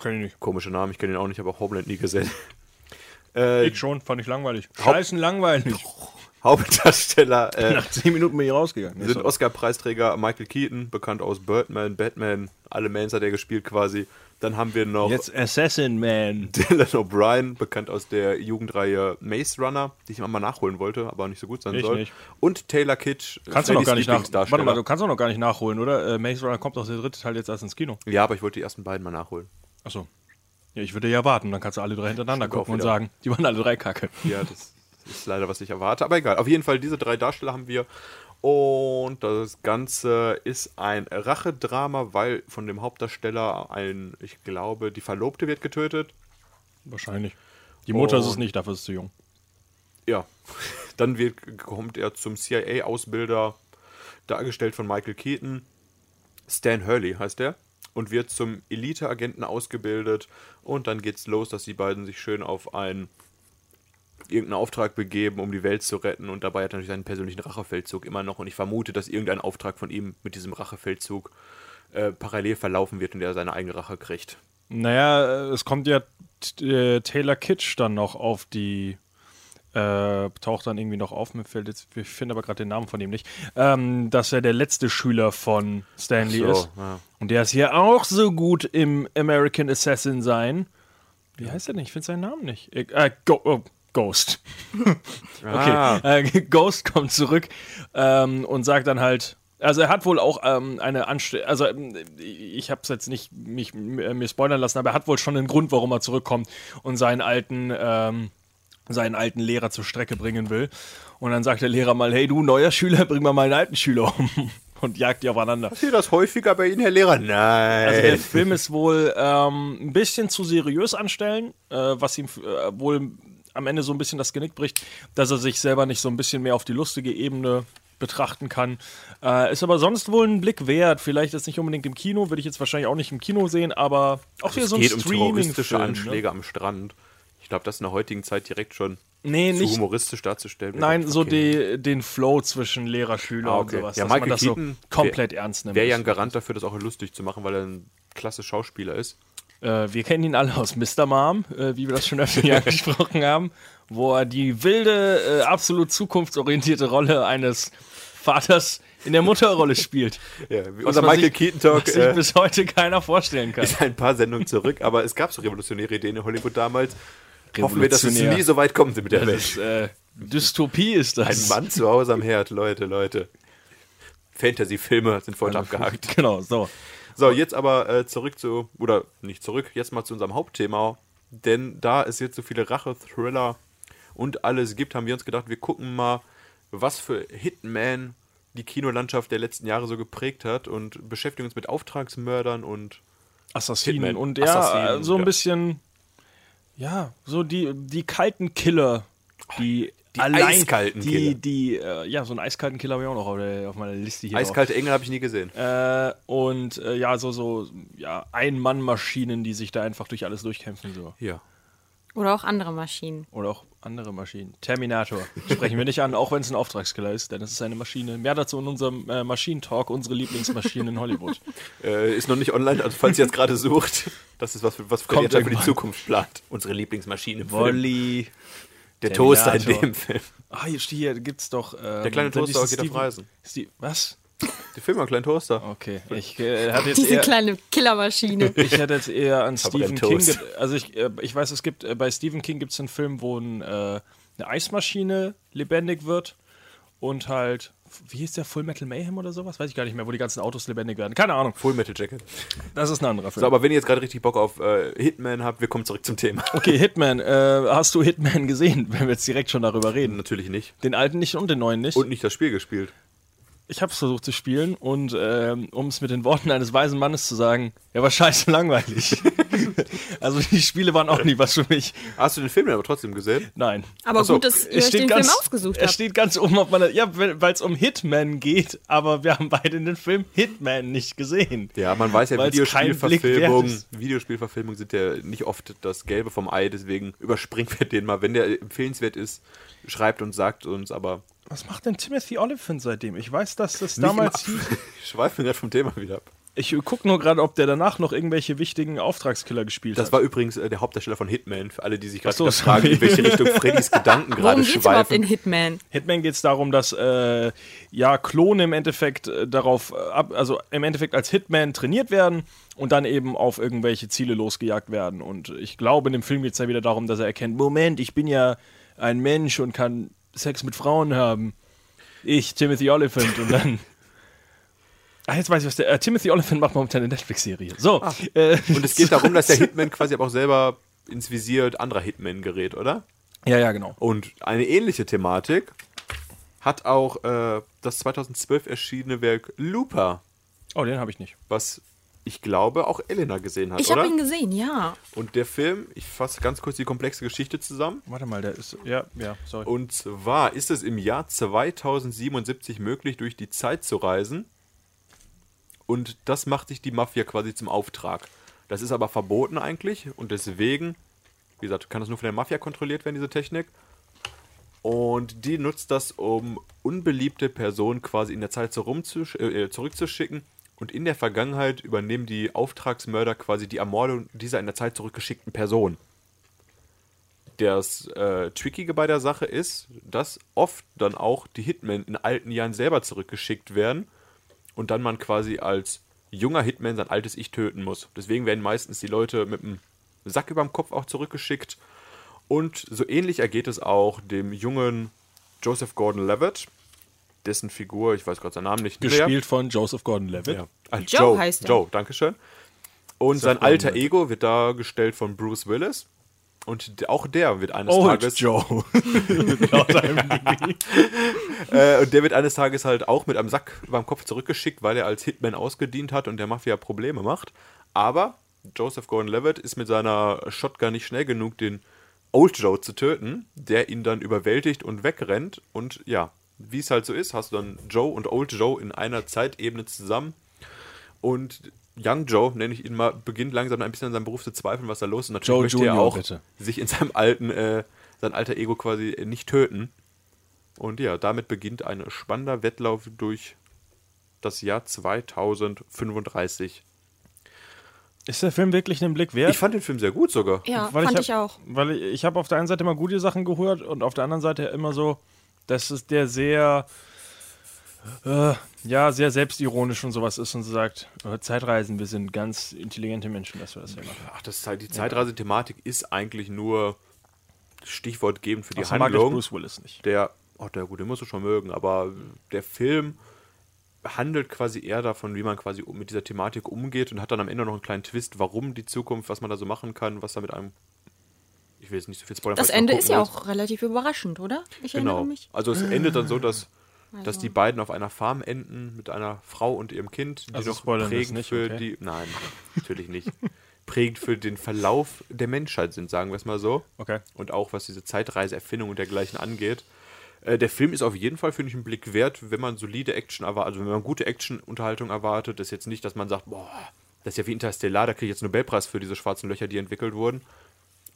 Kenn ich nicht.
Komischer Name, ich kenne ihn auch nicht, aber Homeland nie gesehen. Äh,
Ich schon, fand ich langweilig.
Haupt-
Scheißen langweilig.
Hauptdarsteller äh,
Nach zehn Minuten bin ich rausgegangen. Also,
sind Oscar-Preisträger Michael Keaton, bekannt aus Birdman, Batman, alle Mans hat er gespielt quasi. Dann haben wir noch
Assassin Man.
Dylan O'Brien, bekannt aus der Jugendreihe Maze Runner, die ich immer mal nachholen wollte, aber nicht so gut sein
Ich
soll.
nicht.
Und Taylor Kitsch,
Kannst du noch
Freddys
gar nicht nach.
Lieblingsdarsteller.
Warte mal, du kannst doch noch gar nicht nachholen, oder? Äh, Maze Runner kommt doch der dritte Teil jetzt erst ins Kino.
Ja, aber ich wollte die ersten beiden mal nachholen.
Achso. Ja, ich würde ja warten, dann kannst du alle drei hintereinander
Stimmt auch
gucken und
wieder.
sagen, die waren alle drei kacke.
Ja, das ist leider, was ich erwarte, aber egal. Auf jeden Fall, diese drei Darsteller haben wir. Und das Ganze ist ein Rachedrama, weil von dem Hauptdarsteller ein, ich glaube, die Verlobte wird getötet.
Wahrscheinlich. Die Mutter ist es
Und-
nicht, dafür ist es zu jung.
Ja, dann wird, kommt er zum CIA-Ausbilder, dargestellt von Michael Keaton. Stan Hurley heißt er. Und wird zum Elite-Agenten ausgebildet. Und dann geht's los, dass die beiden sich schön auf einen irgendeinen Auftrag begeben, um die Welt zu retten. Und dabei hat er natürlich seinen persönlichen Rachefeldzug immer noch. Und ich vermute, dass irgendein Auftrag von ihm mit diesem Rachefeldzug äh, parallel verlaufen wird und er seine eigene Rache kriegt.
Naja, äh, es kommt ja t- äh, Taylor Kitsch dann noch auf die Äh, taucht dann irgendwie noch auf. Mir fällt jetzt, ich finde aber gerade den Namen von ihm nicht. Ähm, dass er der letzte Schüler von Stanley
Ach so,
ist.
ja.
Und der ist hier auch so gut im American Assassin sein. Wie heißt er denn? Ich finde seinen Namen nicht. Ich- Äh, Go oh, Ghost. Okay.
Ah.
Äh, Ghost kommt zurück ähm, und sagt dann halt, also er hat wohl auch ähm, eine Anstell, also ähm, ich habe es jetzt nicht mich, m- mir spoilern lassen, aber er hat wohl schon einen Grund, warum er zurückkommt und seinen alten ähm, seinen alten Lehrer zur Strecke bringen will. Und dann sagt der Lehrer mal, hey du neuer Schüler, bring mal meinen alten Schüler um und jagt die aufeinander.
Seht ihr das häufiger bei Ihnen, Herr Lehrer?
Also der
Nein.
Film ist wohl ähm, ein bisschen zu seriös anstellen, äh, was ihm äh, wohl am Ende so ein bisschen das Genick bricht, dass er sich selber nicht so ein bisschen mehr auf die lustige Ebene betrachten kann. Äh, ist aber sonst wohl ein Blick wert. Vielleicht ist nicht unbedingt im Kino, würde ich jetzt wahrscheinlich auch nicht im Kino sehen, aber auch hier
es
so ein
geht um terroristische
Streaming-Film, ne?
Anschläge am Strand. Ich glaube, das ist in der heutigen Zeit direkt schon
Nee,
zu
nicht-
humoristisch darzustellen. wäre
Nein, so
verkehrt.
die, den Flow zwischen Lehrer, Schüler
Ah,
und
okay.
sowas,
Ja,
dass
Michael
man das
Keaton
so komplett
wär-
ernst nimmt.
Wäre ja ein Garant dafür, das auch lustig zu machen, weil er ein klasse Schauspieler ist.
Äh, wir kennen ihn alle aus Mr. Mom, äh, wie wir das schon öfter hier angesprochen haben, wo er die wilde, äh, absolut zukunftsorientierte Rolle eines Vaters in der Mutterrolle spielt.
Ja, wie
Was
unser
man
Michael
sich-
Keaton-Talk,
Was sich
äh,
bis heute keiner vorstellen kann.
Ist ein paar Sendungen zurück, aber es gab so revolutionäre Ideen in Hollywood damals. Hoffen wir, dass es
Revolutionär.
nie so weit kommt mit der
Das
Welt.
ist, äh, Dystopie ist das.
Ein Mann zu Hause am Herd, Leute, Leute. Fantasy-Filme sind vorhin abgehakt.
Genau, so.
So, jetzt aber äh, zurück zu, oder nicht zurück, jetzt mal zu unserem Hauptthema. Denn da es jetzt so viele Rache-Thriller und alles gibt, haben wir uns gedacht, wir gucken mal, was für Hitman die Kinolandschaft der letzten Jahre so geprägt hat und beschäftigen uns mit Auftragsmördern und
Assassinen
Hitman.
und ja,
Assassinen,
äh, so ein
ja.
bisschen, ja, so die, die kalten Killer, die, die
eiskalten
die,
Killer.
Die, äh, ja, so einen eiskalten Killer habe ich auch noch auf der- auf meiner Liste hier. drauf.
Eiskalte Engel habe ich nie gesehen.
Äh, und äh, ja, so, so ja, Ein-Mann-Maschinen, die sich da einfach durch alles durchkämpfen. So.
Äh, Ja.
Oder auch andere Maschinen.
Oder auch andere Maschinen. Terminator. Sprechen wir nicht an, auch wenn es ein Auftragskiller ist, denn es ist eine Maschine. Mehr dazu in unserem äh, Maschinentalk, unsere Lieblingsmaschinen in Hollywood.
Äh, ist noch nicht online, also falls ihr jetzt gerade sucht, das ist was, für- was Freddy
Kommt
jetzt für die
irgendwann.
Zukunft plant. Unsere Lieblingsmaschine im Film.
Wolli.
Der
Terminator.
Toaster in dem Film.
Ah, hier, steht- hier gibt's doch. ähm,
Der kleine
dann
Toaster
diesen
geht auf
Steven-
Reisen.
Steve, was?
Der Film war ein kleiner Toaster.
Okay. Ich, äh, hatte jetzt
Diese
eher,
kleine Killermaschine.
ich hätte jetzt eher an
Verbrennt
Stephen King.
Toast.
ge- Also ich, äh, ich weiß, es gibt äh, bei Stephen King gibt es einen Film, wo ein, äh, eine Eismaschine lebendig wird und halt, wie hieß der Full Metal Mayhem oder sowas? Weiß ich gar nicht mehr, wo die ganzen Autos lebendig werden. Keine Ahnung.
Full Metal Jacket.
Das ist ein anderer Film.
So, aber wenn ihr jetzt gerade richtig Bock auf äh, Hitman habt, wir kommen zurück zum Thema.
Okay, Hitman. Äh, hast du Hitman gesehen, wenn wir jetzt direkt schon darüber reden?
Natürlich nicht.
Den alten nicht und den neuen nicht.
Und nicht das Spiel gespielt.
ich habe es versucht zu spielen und ähm, um es mit den Worten eines weisen Mannes zu sagen, er war scheiße langweilig. also die Spiele waren auch nie was für mich.
Hast du den Film denn aber trotzdem gesehen?
Nein.
Aber
Ach so,
gut, dass ihr euch äh, den Film ausgesucht
Er
habt.
steht ganz oben auf meiner. Ja, weil es um Hitman geht, aber wir haben beide den Film Hitman nicht gesehen.
Ja, man weiß ja,
Weil's kein Blick wert
Videospielverfilmungen
ist.
Videospielverfilmungen sind ja nicht oft das Gelbe vom Ei, deswegen überspringen wir den mal. Wenn der empfehlenswert ist, schreibt und sagt uns, aber
Was macht denn Timothy Oliphant seitdem? Ich weiß, dass das
Nicht
damals
immer-
hieß.
schweifen wir gerade vom Thema wieder ab.
Ich gucke nur gerade, ob der danach noch irgendwelche wichtigen Auftragskiller gespielt
Das
hat.
war übrigens äh, der Hauptdarsteller von Hitman, für alle, die sich gerade
Ach so,
wieder fragen, in
sorry.
welche Richtung Freddys Gedanken gerade
Worum geht's überhaupt in
schweifen.
Hitman?
Hitman geht es darum, dass äh, ja Klone im Endeffekt äh, darauf äh, ab, also im Endeffekt als Hitman trainiert werden und dann eben auf irgendwelche Ziele losgejagt werden. Und ich glaube, in dem Film geht es ja wieder darum, dass er erkennt, Moment, ich bin ja ein Mensch und kann Sex mit Frauen haben. Ich, Timothy Oliphant und dann. Ah, jetzt weiß ich, was der. Äh, Timothy Oliphant macht momentan eine Netflix-Serie. So. Äh,
Und es geht darum, dass der Hitman quasi aber auch selber ins Visier anderer Hitman gerät, oder?
Ja, ja, genau.
Und eine ähnliche Thematik hat auch äh, das 2012 erschienene Werk Looper,
Oh, den habe ich nicht.
was ich glaube auch Elena gesehen hat,
Ich
oder?
habe ihn gesehen, ja.
Und der Film, ich fasse ganz kurz die komplexe Geschichte zusammen.
Warte mal, der ist. Ja, ja, sorry.
Und zwar ist es im Jahr 2077 möglich, durch die Zeit zu reisen. Und das macht sich die Mafia quasi zum Auftrag. Das ist aber verboten eigentlich und deswegen, wie gesagt, kann das nur von der Mafia kontrolliert werden, diese Technik. Und die nutzt das, um unbeliebte Personen quasi in der Zeit so rumzusch- äh, zurückzuschicken. Und in der Vergangenheit übernehmen die Auftragsmörder quasi die Ermordung dieser in der Zeit zurückgeschickten Person. Das äh, Trickige bei der Sache ist, dass oft dann auch die Hitmen in alten Jahren selber zurückgeschickt werden und dann man quasi als junger Hitman sein altes Ich töten muss. Deswegen werden meistens die Leute mit einem Sack überm Kopf auch zurückgeschickt. Und so ähnlich ergeht es auch dem jungen Joseph Gordon-Levitt, dessen Figur, ich weiß gerade seinen Namen nicht mehr.
Gespielt von Joseph Gordon-Levitt.
Ja. Ah,
Joe
Joe
heißt er.
Joe, danke schön. Und sein alter Ego wird dargestellt von Bruce Willis. Und d- auch der wird eines
Old
Tages.
Oh, Joe. Genau
Äh, und der wird eines Tages halt auch mit einem Sack beim Kopf zurückgeschickt, weil er als Hitman ausgedient hat und der Mafia Probleme macht. Aber Joseph Gordon-Levitt ist mit seiner Shotgun nicht schnell genug, den Old Joe zu töten, der ihn dann überwältigt und wegrennt. Und ja, wie es halt so ist, hast du dann Joe und Old Joe in einer Zeitebene zusammen. Und Young Joe, nenne ich ihn mal, beginnt langsam ein bisschen an seinem Beruf zu zweifeln, was da los ist. Und Natürlich
Joe
möchte er
Junior,
auch
bitte.
sich in seinem alten, äh, sein alter Ego quasi äh, nicht töten. Und ja, damit beginnt ein spannender Wettlauf durch das Jahr 2035.
Ist der Film wirklich einen Blick wert?
Ich fand den Film sehr gut sogar.
Ja, fand ich,
hab-
auch.
Weil ich, ich habe auf der einen Seite immer gute Sachen gehört und auf der anderen Seite immer so, dass es der sehr, äh, ja, sehr selbstironisch und sowas ist und so sagt, äh, Zeitreisen, wir sind ganz intelligente Menschen, dass wir das hier machen.
Ach, das ist halt, die Zeitreisethematik ist eigentlich nur stichwortgebend für die
Außer mag ich
Handlung.
Bruce Willis nicht.
der, oh, der gut, den musst du schon mögen, aber der Film handelt quasi eher davon, wie man quasi um- mit dieser Thematik umgeht und hat dann am Ende noch einen kleinen Twist, warum die Zukunft, was man da so machen kann, was da mit einem. Ich will jetzt nicht so viel spoilern.
Das
falls du noch
Ende
gucken
ist ja
willst.
auch relativ überraschend, oder? Ich
Genau.
erinnere mich. Ah,
Also es endet dann so, dass, dass die beiden auf einer Farm enden mit einer Frau und ihrem Kind, die
Also
noch
spoilern wir es
prägend
nicht,
für
okay.
die. Nein, natürlich nicht. prägend für den Verlauf der Menschheit sind, sagen wir es mal so.
Okay.
Und auch was diese Zeitreiseerfindung und dergleichen angeht. Äh, Der Film ist auf jeden Fall, finde ich, einen Blick wert, wenn man solide Action erwartet, also wenn man gute Action-Unterhaltung erwartet. Das ist jetzt nicht, dass man sagt, boah, das ist ja wie Interstellar, da kriege ich jetzt einen Nobelpreis für diese schwarzen Löcher, die entwickelt wurden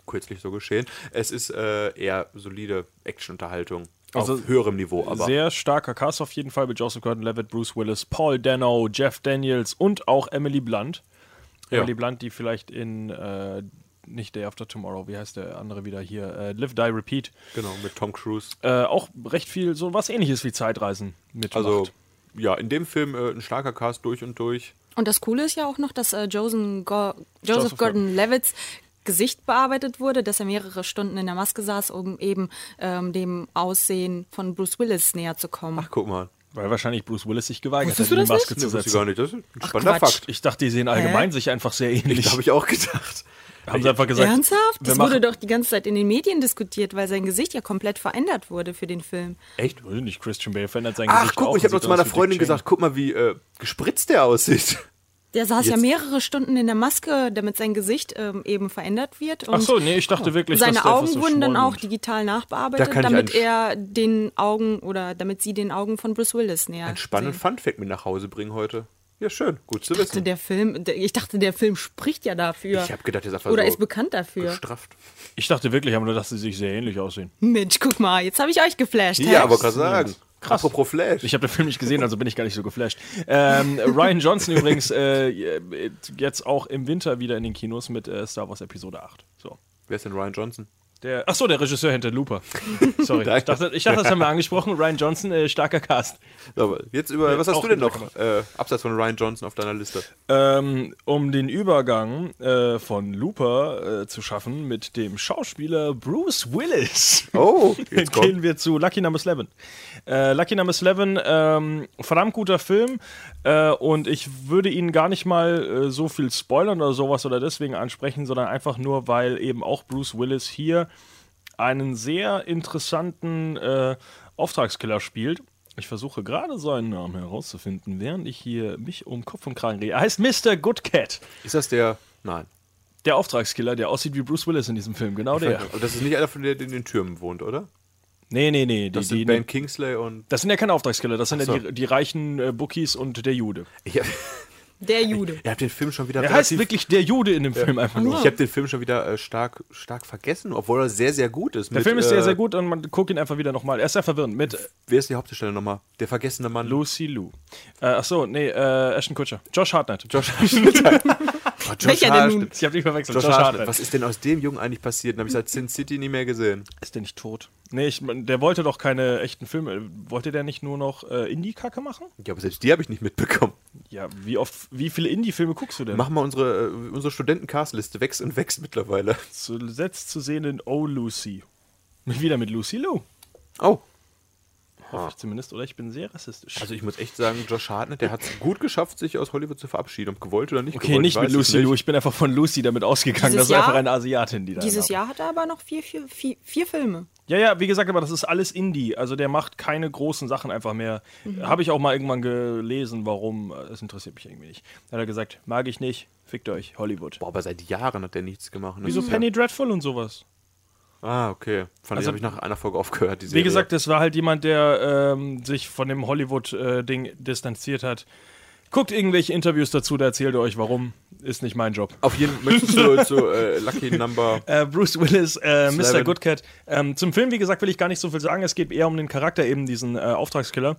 kürzlich so geschehen. Es ist äh, eher solide Action-Unterhaltung.
Also
auf höherem Niveau, aber.
Sehr starker Cast auf jeden Fall mit Joseph Gordon-Levitt, Bruce Willis, Paul Dano, Jeff Daniels und auch Emily Blunt.
Ja.
Emily Blunt, die vielleicht in äh, nicht Day After Tomorrow, wie heißt der andere wieder hier? Äh, Live, Die, Repeat.
genau, mit Tom Cruise.
Äh, auch recht viel so was ähnliches wie Zeitreisen mitmacht.
Also, ja, in dem Film äh, ein starker Cast durch und durch.
Und das Coole ist ja auch noch, dass äh, Josen Go
Joseph
Joseph Gordon-Levitts Gesicht bearbeitet wurde, dass er mehrere Stunden in der Maske saß, um eben ähm, dem Aussehen von Bruce Willis näher zu kommen.
Ach, guck mal.
weil wahrscheinlich Bruce Willis sich geweigert hat,
Wusstest
in
du
die
das
Maske
Nee,
zu
wusste ich gar
setzen.
nicht. Das ist ein spannender
Quatsch.
Fakt.
Ich dachte, die sehen allgemein sich einfach sehr ähnlich.
Habe ich auch gedacht.
Haben sie einfach gesagt.
Ernsthaft?
wir
Das
machen-
wurde doch die ganze Zeit in den Medien diskutiert, weil sein Gesicht ja komplett verändert wurde für den Film.
Echt? Weiß ich Nicht Christian Bale verändert sein
Ach,
Gesicht.
guck
auch
mal,
und
ich habe noch
sieht
zu meiner
aus wie Dick
Freundin
Cheney.
gesagt, guck mal, wie äh, gespritzt der aussieht.
Der saß ja
Jetzt-
mehrere Stunden in der Maske, damit sein Gesicht ähm, eben verändert wird. Und
Ach so, nee, ich dachte wirklich,
seine
dass der
Augen
etwas so
wurden dann auch
schmollend-
digital
Da
nachbearbeitet,
kann ich
damit
einen-
er den Augen oder damit sie den Augen von Bruce Willis näher.
Einen spannenden
sehen.
Funfact mit nach Hause bringen heute. Ja, schön. Gut zu
Ich dachte,
wissen.
der Film, der, ich dachte, der Film spricht ja dafür.
Ich habe gedacht, der ist einfach
oder
so
ist bekannt dafür.
gestrafft.
Ich dachte wirklich, aber nur, dass sie sich sehr ähnlich aussehen.
Mensch, guck mal, jetzt habe ich euch geflasht. hä?
Ja, aber gerade sagen.
Krass.
Apropos Flash.
Ich habe den Film nicht gesehen, also bin ich gar nicht so geflasht. Ähm, Ryan Johnson übrigens äh, jetzt auch im Winter wieder in den Kinos mit äh, Star Wars Episode 8. So.
Wer ist denn Ryan Johnson?
Der, ach so, der Regisseur hinter Looper. Sorry, ich dachte, ich dachte, das haben wir angesprochen. Ryan Johnson, äh, starker Cast.
So, aber jetzt über, was hast
auch
du denn
wieder
noch äh, abseits von Ryan Johnson auf deiner Liste?
Ähm, um den Übergang äh, von Looper äh, zu schaffen mit dem Schauspieler Bruce Willis.
Oh, jetzt kommt.
Gehen wir zu Lucky Number 11. Äh, Lucky Number 11, ähm, verdammt guter Film äh, und ich würde ihn gar nicht mal äh, so viel spoilern oder sowas oder deswegen ansprechen, sondern einfach nur, weil eben auch Bruce Willis hier einen sehr interessanten äh, Auftragskiller spielt. Ich versuche gerade seinen Namen herauszufinden, während ich hier mich um Kopf und Kragen rede. Er heißt Mr. Good Cat.
Ist das der? Nein.
Der Auftragskiller, der aussieht wie Bruce Willis in diesem Film, genau der.
Aber das ist nicht einer von der, der in den Türmen wohnt, oder?
Nee, nee, nee. Die,
Das sind
die,
Ben Kingsley und
Das sind ja keine Auftragskiller, das sind
so.
ja die, die reichen äh, Bookies und der Jude.
ich hab,
Der Jude.
ihr habt den Film schon wieder
Er heißt wirklich der Jude in dem Film einfach nur.
ich habe den Film schon wieder äh, stark, stark vergessen, obwohl er sehr, sehr gut ist. äh,
Der Film ist sehr, sehr gut und man guckt ihn einfach wieder nochmal. Er ist sehr verwirrend mit äh,
Wer ist die Hauptdarsteller nochmal? Der vergessene Mann.
Lucy Lou. Äh, achso, nee, äh, Ashton Kutscher. Josh Hartnett.
Josh Schnitter. war Josh
Welcher denn nun?
Hartnett.
Ich habe dich verwechselt.
Josh
Josh
Hartnett.
Hartnett.
Was ist denn aus dem Jungen eigentlich passiert? Dann habe ich seit Sin City nie mehr gesehen.
Ist der nicht tot? Nee, ich, mein, der wollte doch keine echten Filme. Wollte der nicht nur noch äh, Indie-Kacke machen?
Ja, aber selbst die habe ich nicht mitbekommen.
Ja, wie oft, wie viele Indie-Filme guckst du denn?
Machen wir unsere, äh, unsere Studenten-Castliste. Wächst und wächst mittlerweile.
Zuletzt zu sehen in Oh Lucy. Wieder mit Lucy Lou.
Oh.
Hoffe ich zumindest, oder ich bin sehr rassistisch.
Also ich muss echt sagen, Josh Hartnett, der hat es gut geschafft, sich aus Hollywood zu verabschieden. Ob gewollt oder nicht
okay,
gewollt,
nicht
weiß
mit
ich
Lucy
nicht.
Lou. Ich bin einfach von Lucy damit ausgegangen.
Dieses
das ist einfach
Jahr?
eine Asiatin, die da
Dieses
war.
Jahr hat er aber noch vier, vier, vier, vier Filme.
Ja, ja, wie gesagt, aber das ist alles Indie. Also der macht keine großen Sachen einfach mehr.
Mhm.
Habe ich auch mal irgendwann gelesen, warum. Das interessiert mich irgendwie nicht. Da hat er gesagt, mag ich nicht, fickt euch, Hollywood.
Boah, aber seit Jahren hat der nichts gemacht. ne?
Wieso
Mhm.
Das ist
Penny Dreadful und sowas?
Ja. Ah, okay. Von also,
Also-
dem habe ich nach einer Folge aufgehört, die
Wie
Serie.
gesagt, das war halt jemand, der ähm, sich von dem Hollywood-Ding distanziert hat. Guckt irgendwelche Interviews dazu, da erzählt ihr euch warum. Ist nicht mein Job.
Auf jeden Fall möchtest du zu äh, Lucky Number...
Äh, Bruce Willis, äh, Mr.
Seven.
Goodcat. Ähm, zum Film, wie gesagt, will ich gar nicht so viel sagen. Es geht eher um den Charakter, eben diesen äh, Auftragskiller.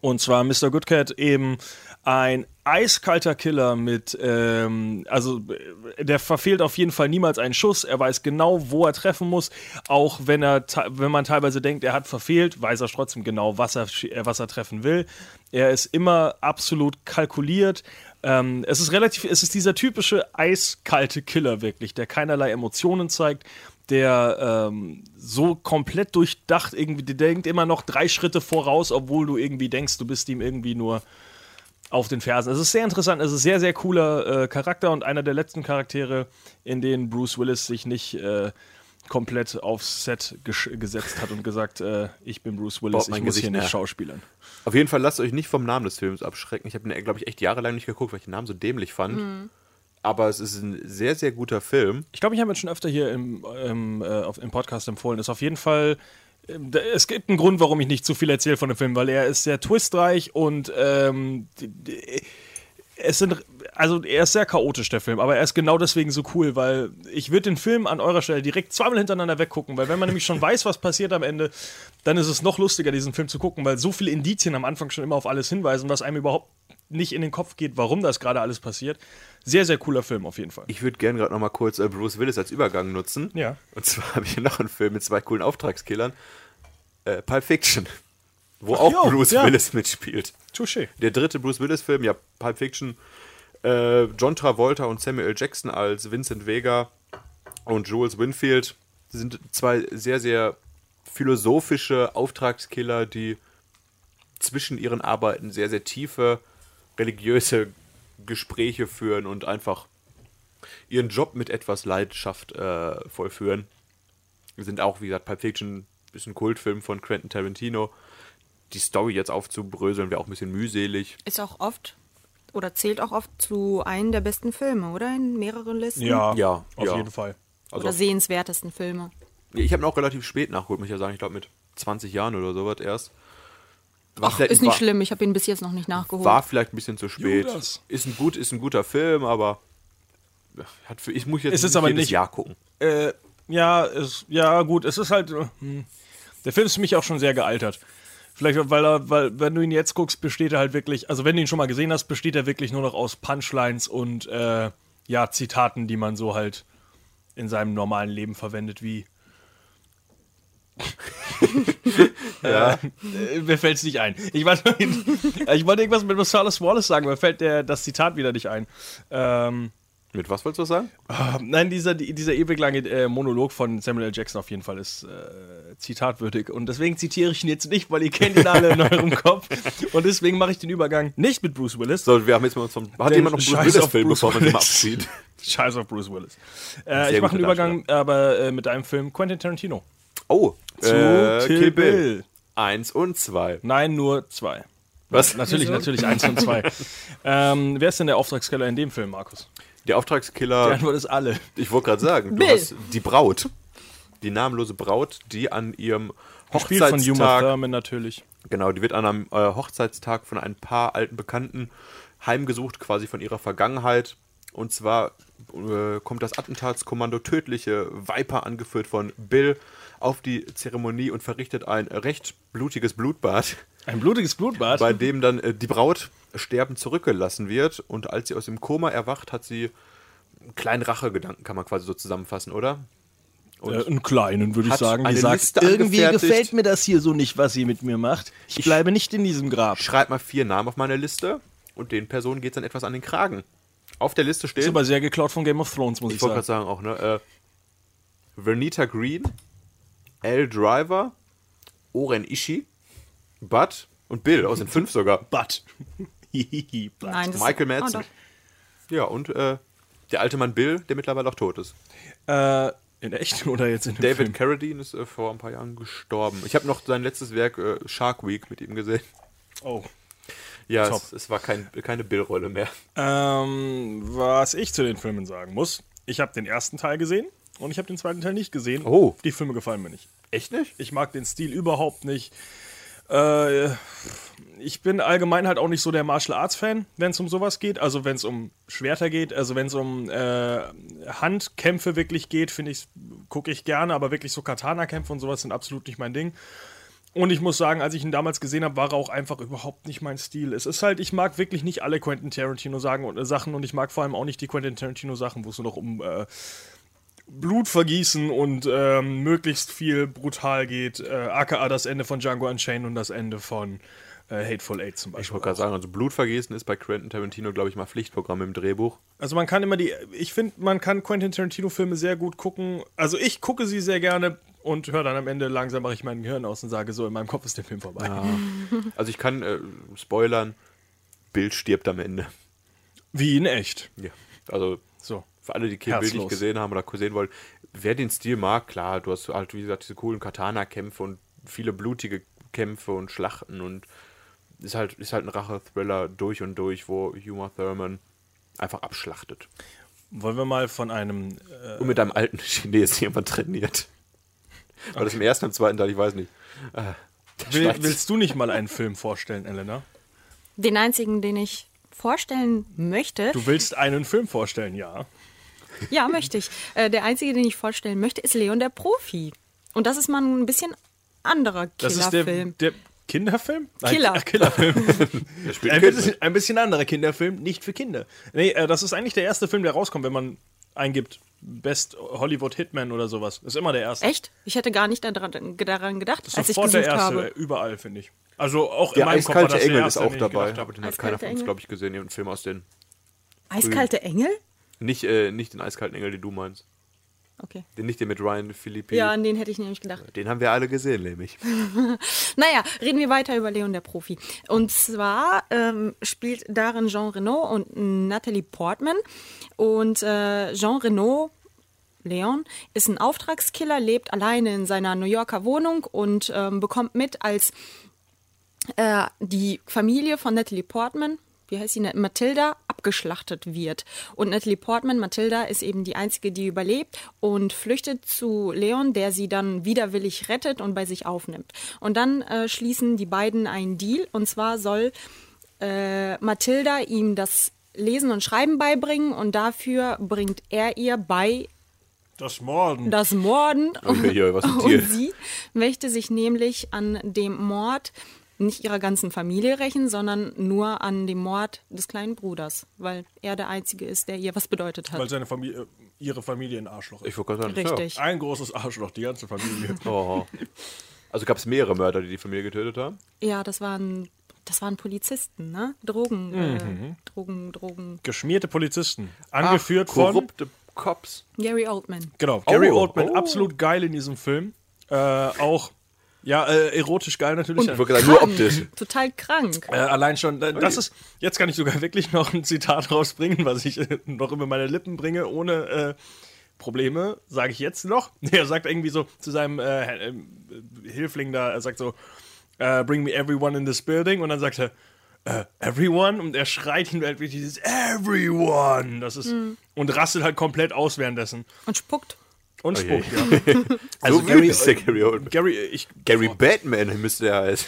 Und zwar Mr. Goodcat eben ein eiskalter Killer mit, ähm, also äh, der verfehlt auf jeden Fall niemals einen Schuss. Er weiß genau, wo er treffen muss. Auch wenn er, te- wenn man teilweise denkt, er hat verfehlt, weiß er trotzdem genau, was er, schie- äh, was er treffen will. Er ist immer absolut kalkuliert. Ähm, es ist relativ, es ist dieser typische eiskalte Killer wirklich, der keinerlei Emotionen zeigt, der ähm, so komplett durchdacht irgendwie, der denkt immer noch drei Schritte voraus, obwohl du irgendwie denkst, du bist ihm irgendwie nur auf den Fersen. Es ist sehr interessant, es ist sehr, sehr cooler äh, Charakter und einer der letzten Charaktere, in denen Bruce Willis sich nicht äh, komplett aufs Set gesch- gesetzt hat und gesagt, äh, ich bin Bruce Willis,
Baut mein
ich muss
Gesicht
hier nicht
nach.
schauspielern.
Auf jeden Fall lasst euch nicht vom Namen des Films abschrecken. Ich habe ihn, glaube ich, echt jahrelang nicht geguckt, weil ich den Namen so dämlich fand.
Mhm.
Aber es ist ein sehr, sehr guter Film.
Ich glaube, ich habe ihn schon öfter hier im, im, äh, auf, im Podcast empfohlen. Ist auf jeden Fall. ähm, da- Es gibt einen Grund, warum ich nicht zu viel erzähle von dem Film, weil er ist sehr twistreich und ähm, d- d- es sind. Also er ist sehr chaotisch, der Film, aber er ist genau deswegen so cool, weil ich würde den Film an eurer Stelle direkt zweimal hintereinander weggucken, weil wenn man nämlich schon weiß, was passiert am Ende, dann ist es noch lustiger, diesen Film zu gucken, weil so viele Indizien am Anfang schon immer auf alles hinweisen, was einem überhaupt nicht in den Kopf geht, warum das gerade alles passiert. Sehr, sehr cooler Film auf jeden Fall.
Ich würde gerne gerade nochmal kurz äh, Bruce Willis als Übergang nutzen.
Ja.
Und zwar habe ich hier noch einen Film mit zwei coolen Auftragskillern. Äh, Pulp Fiction. Wo auch
jo,
Bruce
ja.
Willis mitspielt.
Touché.
Der dritte Bruce Willis-Film, ja, Pulp Fiction. Äh, John Travolta und Samuel L. Jackson als Vincent Vega und Jules Winfield sind zwei sehr, sehr philosophische Auftragskiller, die zwischen ihren Arbeiten sehr, sehr tiefe religiöse Gespräche führen und einfach ihren Job mit etwas Leidenschaft äh, vollführen. Sind auch, wie gesagt, Pulp Fiction ist ein Kultfilm von Quentin Tarantino. Die Story jetzt aufzubröseln wäre auch ein bisschen mühselig.
Ist auch oft oder zählt auch oft zu einem der besten Filme, oder? In mehreren Listen.
Ja,
Ja,
auf
ja.
jeden Fall.
Also
Oder sehenswertesten Filme.
Nee, Ich habe ihn auch relativ spät nachgeholt, muss ich ja sagen. Ich glaube mit 20 Jahren oder sowas erst. Was
Ach,
selten
ist nicht
war,
schlimm, ich habe ihn bis jetzt noch nicht nachgeholt.
War vielleicht ein bisschen zu spät.
Judas.
Ist ein, gut, ist ein guter Film, aber hat für, ich muss jetzt
Ist es aber
jedes
nicht-
Jahr gucken.
Äh, ja, es, ja, gut, es ist halt. äh, Hm. Der Film ist für mich auch schon sehr gealtert. Vielleicht, weil er, weil, wenn du ihn jetzt guckst, besteht er halt wirklich, also wenn du ihn schon mal gesehen hast, besteht er wirklich nur noch aus Punchlines und äh, ja, Zitaten, die man so halt in seinem normalen Leben verwendet, wie. Äh, mir fällt es nicht ein. Ich, weiß, ich wollte irgendwas mit Marcellus Wallace sagen, mir fällt der, das Zitat wieder nicht ein. Ähm,
Mit was wolltest du sagen?
Nein, dieser, die- dieser ewig lange äh, Monolog von Samuel L. Jackson auf jeden Fall ist äh, zitatwürdig. Und deswegen zitiere ich ihn jetzt nicht, weil ihr kennt ihn alle in eurem Kopf. Und deswegen mache ich den Übergang nicht mit Bruce Willis.
So, wir haben jetzt mal uns vom, Hat
Denn
jemand noch einen
Scheiß
Bruce
auf
Willis-Film,
Bruce
bevor man den mal
Willis.
abzieht?
Scheiß auf Bruce Willis.
Sehr
Äh, ich mache einen
guter
Übergang aber äh, mit einem Film Quentin Tarantino.
Oh,
Zu
äh,
Kill
Kill Bill.
Bill.
Eins und zwei.
Nein, nur zwei.
Was?
Natürlich, natürlich, eins und zwei. ähm, wer ist denn der Auftragskiller in dem Film, Markus?
Der Auftragskiller.
Die Antwort ist alle.
Ich wollte gerade sagen, du
Bill.
hast die Braut. Die namenlose Braut, die an ihrem
Gespielt von Uma
Hochzeitstag
Thurman natürlich.
Genau, die wird an einem äh, Hochzeitstag von ein paar alten Bekannten heimgesucht, quasi von ihrer Vergangenheit. Und zwar äh, kommt das Attentatskommando Tödliche Viper, angeführt von Bill, auf die Zeremonie und verrichtet ein recht blutiges Blutbad,
Ein blutiges Blutbad.
bei dem dann äh, die Braut sterbend zurückgelassen wird. Und als sie aus dem Koma erwacht, hat sie einen kleinen Rachegedanken kann man quasi so zusammenfassen, oder?
Und äh, einen kleinen, würde ich
Hat
sagen.
eine
Die sagt,
Liste
irgendwie
angefertigt.
gefällt mir das hier so nicht, was sie mit mir macht. Ich, bleibe nicht in diesem Grab.
Schreib mal vier Namen auf meine Liste und den Personen geht es dann etwas an den Kragen. Auf der Liste
Ist
stehen,
aber sehr geklaut von Game of Thrones, muss ich,
ich wollte
sagen.
gerade sagen auch, ne? Äh, Vernita Green, L. Driver, Oren Ishii, Bud und Bill aus den fünf sogar.
But. Hihihi, but.
Nein, das
Michael
oh,
Madsen.
doch.
ja, und äh, der alte Mann Bill, der mittlerweile auch tot ist.
Äh, in echt oder jetzt in dem
David
Film?
Carradine ist äh, vor ein paar Jahren gestorben. Ich habe noch sein letztes Werk äh, Shark Week mit ihm gesehen.
Oh.
Ja,
Top.
es, es war kein, keine Bill-Rolle mehr.
Ähm, was ich zu den Filmen sagen muss, ich habe den ersten Teil gesehen und ich habe den zweiten Teil nicht gesehen.
Oh.
Die Filme gefallen mir nicht.
Echt nicht?
Ich mag den Stil überhaupt nicht. Äh, ich bin allgemein halt auch nicht so der Martial Arts Fan, wenn es um sowas geht. Also wenn es um Schwerter geht, also wenn es um äh, Handkämpfe wirklich geht, finde ich, gucke ich gerne. Aber wirklich so Katana-Kämpfe und sowas sind absolut nicht mein Ding. Und ich muss sagen, als ich ihn damals gesehen habe, war er auch einfach überhaupt nicht mein Stil. Es ist halt, ich mag wirklich nicht alle Quentin Tarantino sagen und, äh, Sachen und ich mag vor allem auch nicht die Quentin Tarantino Sachen, wo es nur noch um äh, Blut vergießen und ähm, möglichst viel brutal geht. Äh, aka das Ende von Django Unchained und das Ende von äh, Hateful Eight zum
Ich
Beispiel.
wollte gerade sagen, also Blutvergießen ist bei Quentin Tarantino, glaube ich, mal Pflichtprogramm im Drehbuch.
Also man kann immer die, ich finde, man kann Quentin Tarantino Filme sehr gut gucken. Also ich gucke sie sehr gerne und höre dann am Ende langsam mache ich mein Gehirn aus und sage so, in meinem Kopf ist der Film vorbei.
Also ich kann äh, spoilern, Bill stirbt am Ende.
Wie in echt.
Ja. Also
So.
für alle, die Kill Bill nicht
Herzlos.
gesehen haben oder sehen wollen, wer den Stil mag, klar, du hast halt, wie gesagt, diese coolen Katana-Kämpfe und viele blutige Kämpfe und Schlachten und ist halt, ist halt ein Rache-Thriller durch und durch, wo Humor Thurman einfach abschlachtet.
Wollen wir mal von einem
Und mit einem äh, alten Chinesen jemand trainiert. War das im ersten, im zweiten Teil, ich weiß nicht. Äh, der
Will,
Schweiz.
willst du nicht mal einen Film vorstellen, Elena?
Den einzigen, den ich vorstellen möchte,
Du willst einen Film vorstellen, ja.
ja, möchte ich. Äh, der einzige, den ich vorstellen möchte, ist Leon der Profi. Und das ist mal ein bisschen anderer
Das ist der,
Killerfilm.
der Kinderfilm?
Killer.
Äh, Killerfilm.
Der spielt
ein,
Kind
bisschen, ein bisschen anderer Kinderfilm, nicht für Kinder. Nee, äh, das ist eigentlich der erste Film, der rauskommt, wenn man eingibt Best Hollywood Hitman oder sowas. Ist immer der erste.
Echt? Ich hätte gar nicht daran, daran gedacht, als ich
Sofort
gesucht
der erste, äh,
habe.
überall, finde ich. Also auch
Der
in meinem Kopf war
eiskalte
das der
Engel ist
erste,
auch
den ich
dabei.
gedacht habe.
genau, Den hat keiner von uns,
Engel?
glaube ich, gesehen. Einen Film aus den.
Eiskalte Engel?
Nicht, äh, nicht den eiskalten Engel, den du meinst.
Okay.
Den, nicht den mit Ryan Philippi.
Ja, an den hätte ich nämlich gedacht.
Den haben wir alle gesehen, nämlich.
Naja, reden wir weiter über Leon der Profi. Und zwar ähm, spielt darin Jean Renault und Natalie Portman. Und äh, Jean Renault, Leon, ist ein Auftragskiller, lebt alleine in seiner New Yorker Wohnung und ähm, bekommt mit, als äh, die Familie von Natalie Portman, wie heißt sie, Ne- Matilda, abgeschlachtet wird. Und Natalie Portman, Matilda, ist eben die einzige, die überlebt und flüchtet zu Leon, der sie dann widerwillig rettet und bei sich aufnimmt. Und dann äh, schließen die beiden einen Deal. Und zwar soll äh, Matilda ihm das Lesen und Schreiben beibringen und dafür bringt er ihr bei
Das Morden.
das Morden
Uiuiui, was ein Deal.
und sie möchte sich nämlich an dem Mord nicht ihrer ganzen Familie rächen, sondern nur an dem Mord des kleinen Bruders, weil er der Einzige ist, der ihr was bedeutet
Weil
hat.
seine Familie, ihre Familie ein Arschloch ist.
Ich wollte gerade sagen,
Richtig.
Ein großes Arschloch, die ganze Familie.
Ja. Oh. Also gab es mehrere Mörder, die die Familie getötet haben.
Ja, das waren, das waren Polizisten, ne? Drogen,
Mhm.
äh, Drogen, Drogen.
Geschmierte Polizisten. Angeführt von.
Korrupte Cops.
Gary Oldman.
Genau, Gary
Oh,
Oldman,
oh.
absolut geil in diesem Film. Äh, auch, ja, äh, erotisch geil natürlich.
Ich wollte gerade sagen, nur optisch.
Total krank.
Äh, allein schon, äh, das ist, jetzt kann ich sogar wirklich noch ein Zitat rausbringen, was ich äh, noch über meine Lippen bringe, ohne äh, Probleme, sage ich jetzt noch. Er sagt irgendwie so zu seinem äh, äh, Hilfling da, er sagt so, äh, bring me everyone in this building und dann sagt er, äh, everyone und er schreit ihm halt wirklich dieses everyone, das ist, und rastet halt komplett aus währenddessen
Und spuckt.
und
Oh je.
spuckt, ja. Also
so
Gary-
Gary, ist der Gary Oldman.
Gary, äh, ich
Gary Batman müsste er heißen.